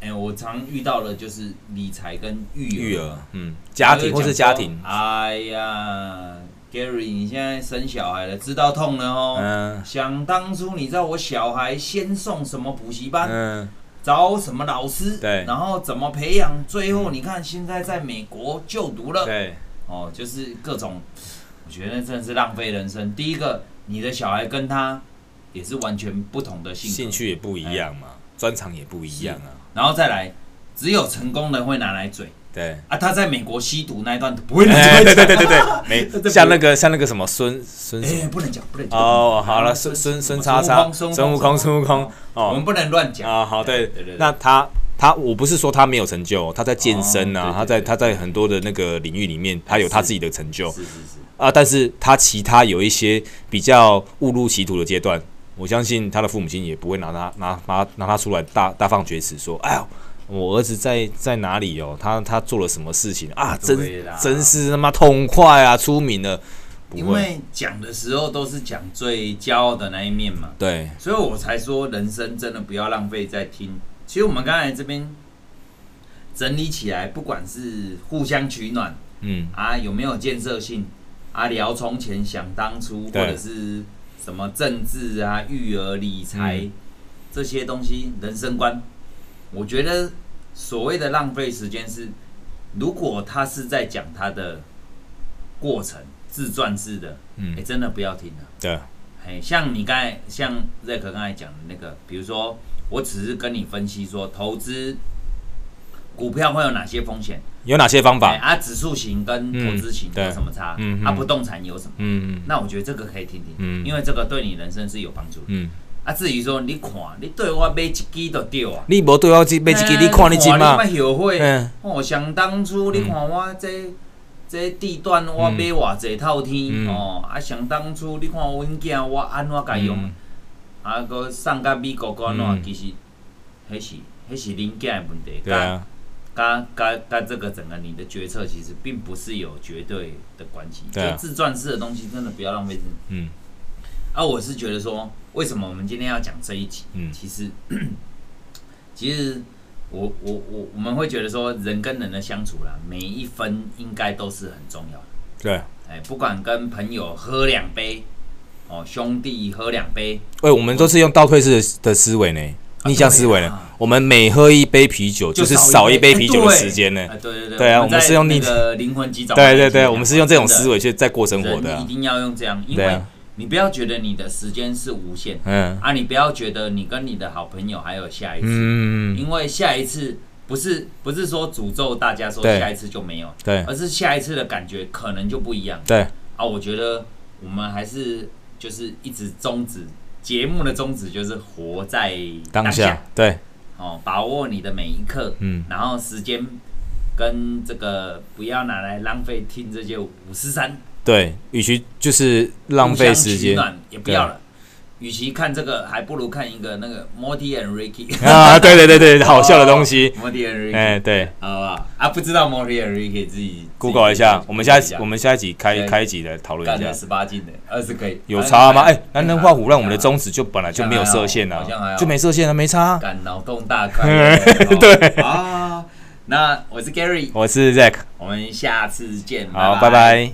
Speaker 1: 哎、我常遇到的就是理财跟育
Speaker 2: 育儿，嗯，家庭或是家庭，
Speaker 1: 哎呀，Gary，你现在生小孩了，知道痛了哦。
Speaker 2: 嗯
Speaker 1: 想当初，你知道我小孩先送什么补习班，
Speaker 2: 嗯，
Speaker 1: 找什么老师，
Speaker 2: 对
Speaker 1: 然后怎么培养，最后你看现在在美国就读了，
Speaker 2: 对，
Speaker 1: 哦，就是各种，我觉得真的是浪费人生。第一个，你的小孩跟他也是完全不同的性格，
Speaker 2: 兴趣也不一样嘛，专长也不一样啊，
Speaker 1: 然后再来，只有成功人会拿来嘴
Speaker 2: 对。
Speaker 1: 啊，他在美国吸毒那一段
Speaker 2: (laughs)
Speaker 1: 不会拿
Speaker 2: 哎，
Speaker 1: 来
Speaker 2: 对
Speaker 1: 嘴。
Speaker 2: 对对对对，没像那个像那个什么孙孙什
Speaker 1: 哎，
Speaker 2: 么
Speaker 1: 不能讲，不能讲。
Speaker 2: 哦，好了，孙孙孙叉叉，孙悟空，孙悟空，
Speaker 1: 我
Speaker 2: 哦
Speaker 1: 们不能乱讲。
Speaker 2: 啊，好对
Speaker 1: 对对对，
Speaker 2: 那他他我不是说他没有成就，他在健身
Speaker 1: 哦对
Speaker 2: 啊，他
Speaker 1: 对
Speaker 2: 在
Speaker 1: 对
Speaker 2: 他在很多的那个领域里面，他有他自己的成就是
Speaker 1: 是是，
Speaker 2: 啊，但是他其他有一些比较误入歧途的阶段，我相信他的父母亲也不会拿他拿拿拿他出来大大放厥词说，哎呦。我儿子在在哪里哦？他他做了什么事情啊？真
Speaker 1: 对啦
Speaker 2: 真是他妈痛快啊！出名了，不
Speaker 1: 因
Speaker 2: 会。
Speaker 1: 为讲的时候都是讲最骄傲的那一面嘛，
Speaker 2: 对，
Speaker 1: 所以我才说人生真的不要浪费在听。其实我们刚才这边整理起来，不管是互相取暖
Speaker 2: 嗯，
Speaker 1: 啊，有没有建设性啊，聊从前想当初，或
Speaker 2: 对
Speaker 1: 者是什么政治啊、育儿、理财、
Speaker 2: 嗯
Speaker 1: 这些东西，人生观，我觉得所谓的浪费时间是，如果他是在讲他的过程自传式的，哎、
Speaker 2: 嗯
Speaker 1: 真的不要听了。
Speaker 2: 对，
Speaker 1: 哎，像你刚才像瑞克刚才讲的那个，比如说，我只是跟你分析说投资股票会有哪些风险，
Speaker 2: 有哪些方
Speaker 1: 哎，
Speaker 2: 法？
Speaker 1: 啊，指数型跟投资型
Speaker 2: 嗯对
Speaker 1: 有什么差，
Speaker 2: 嗯嗯
Speaker 1: 啊，不动产有什么，
Speaker 2: 嗯
Speaker 1: 那我觉得这个可以听听，
Speaker 2: 嗯
Speaker 1: 因为这个对你人生是有帮助的。
Speaker 2: 嗯，
Speaker 1: 啊，至于说你看，你对我买一支都对啊，哎
Speaker 2: 你无对我这买一支，你看你
Speaker 1: 今
Speaker 2: 今嘛？
Speaker 1: 后悔，
Speaker 2: 嗯
Speaker 1: 哦，想当初你看我这、这地段我买偌济套天、
Speaker 2: 嗯
Speaker 1: 哦，啊想当初你看阮囝我安怎甲用，
Speaker 2: 嗯
Speaker 1: 啊搁送到美国搁安怎，
Speaker 2: 嗯
Speaker 1: 其实迄是迄是恁囝的问题，
Speaker 2: 对啊，
Speaker 1: 跟跟跟这个整个你的决策其实并不是有绝对的关系，
Speaker 2: 对啊
Speaker 1: 就自传式的东西真的不要浪费自己。
Speaker 2: 嗯
Speaker 1: 啊，我是觉得说，为什么我们今天要讲这一集？
Speaker 2: 嗯
Speaker 1: 其实，其实我我我我们会觉得说，人跟人的相处啦，每一分应该都是很重要的。
Speaker 2: 对。
Speaker 1: 哎，不管跟朋友喝两杯，哦，兄弟喝两杯，
Speaker 2: 喂，我们都是用倒退式的的思维呢，逆向思维
Speaker 1: 对
Speaker 2: 呢
Speaker 1: 哦啊。
Speaker 2: 我们每喝一杯啤酒，就是少
Speaker 1: 一
Speaker 2: 一杯啤酒的
Speaker 1: 哎对呃
Speaker 2: 时间呢。
Speaker 1: 哎，对对对，
Speaker 2: 对啊我
Speaker 1: 在
Speaker 2: 们是用
Speaker 1: 那
Speaker 2: 逆
Speaker 1: 个灵魂急转弯
Speaker 2: 对
Speaker 1: 来
Speaker 2: 对
Speaker 1: 去
Speaker 2: 对，
Speaker 1: 讲
Speaker 2: 我们是用这种
Speaker 1: 真的
Speaker 2: 思维去在过生活的
Speaker 1: 人
Speaker 2: 啊
Speaker 1: 一。定要用这样，因
Speaker 2: 对
Speaker 1: 为
Speaker 2: 啊
Speaker 1: 你不要觉得你的时间是无限
Speaker 2: 嗯
Speaker 1: 啊，你不要觉得你跟你的好朋友还有下一次，
Speaker 2: 嗯，
Speaker 1: 因为下一次不是不是说诅咒大家说
Speaker 2: 对
Speaker 1: 下一次就没有，
Speaker 2: 对
Speaker 1: 而是下一次的感觉可能就不一样
Speaker 2: 对，
Speaker 1: 啊。我觉得我们还是就是一直宗旨，节目的宗旨就是活在
Speaker 2: 当下对，
Speaker 1: 哦，把握你的每一刻，
Speaker 2: 嗯
Speaker 1: 然后时间跟这个不要拿来浪费听这些五十三
Speaker 2: 对，与其就是浪费时间
Speaker 1: 也不要了。与其看这个，还不如看一个那个 Morty and Ricky
Speaker 2: (laughs) 啊，对对对
Speaker 1: (laughs)
Speaker 2: 对，好笑的东西。
Speaker 1: Morty and Ricky，、
Speaker 2: 哎，对
Speaker 1: 好不好？啊，不知道 Morty and Ricky 自己
Speaker 2: ，Google 一下，我们下一集
Speaker 1: 集
Speaker 2: 我们下一集开
Speaker 1: 对
Speaker 2: 开一集来讨论
Speaker 1: 干
Speaker 2: 一下
Speaker 1: 了。十八禁的，二十可以
Speaker 2: 有差吗？哎、男人画虎
Speaker 1: 让
Speaker 2: 让我们的宗旨就本来就没有设限
Speaker 1: 好像还
Speaker 2: 啊
Speaker 1: 好，
Speaker 2: 就没设限啊，没差啊。
Speaker 1: (laughs) 干脑洞大
Speaker 2: (laughs)
Speaker 1: 开，对啊。那我是 Gary，
Speaker 2: 我是 Zack，
Speaker 1: 我们下次见，
Speaker 2: 好，拜拜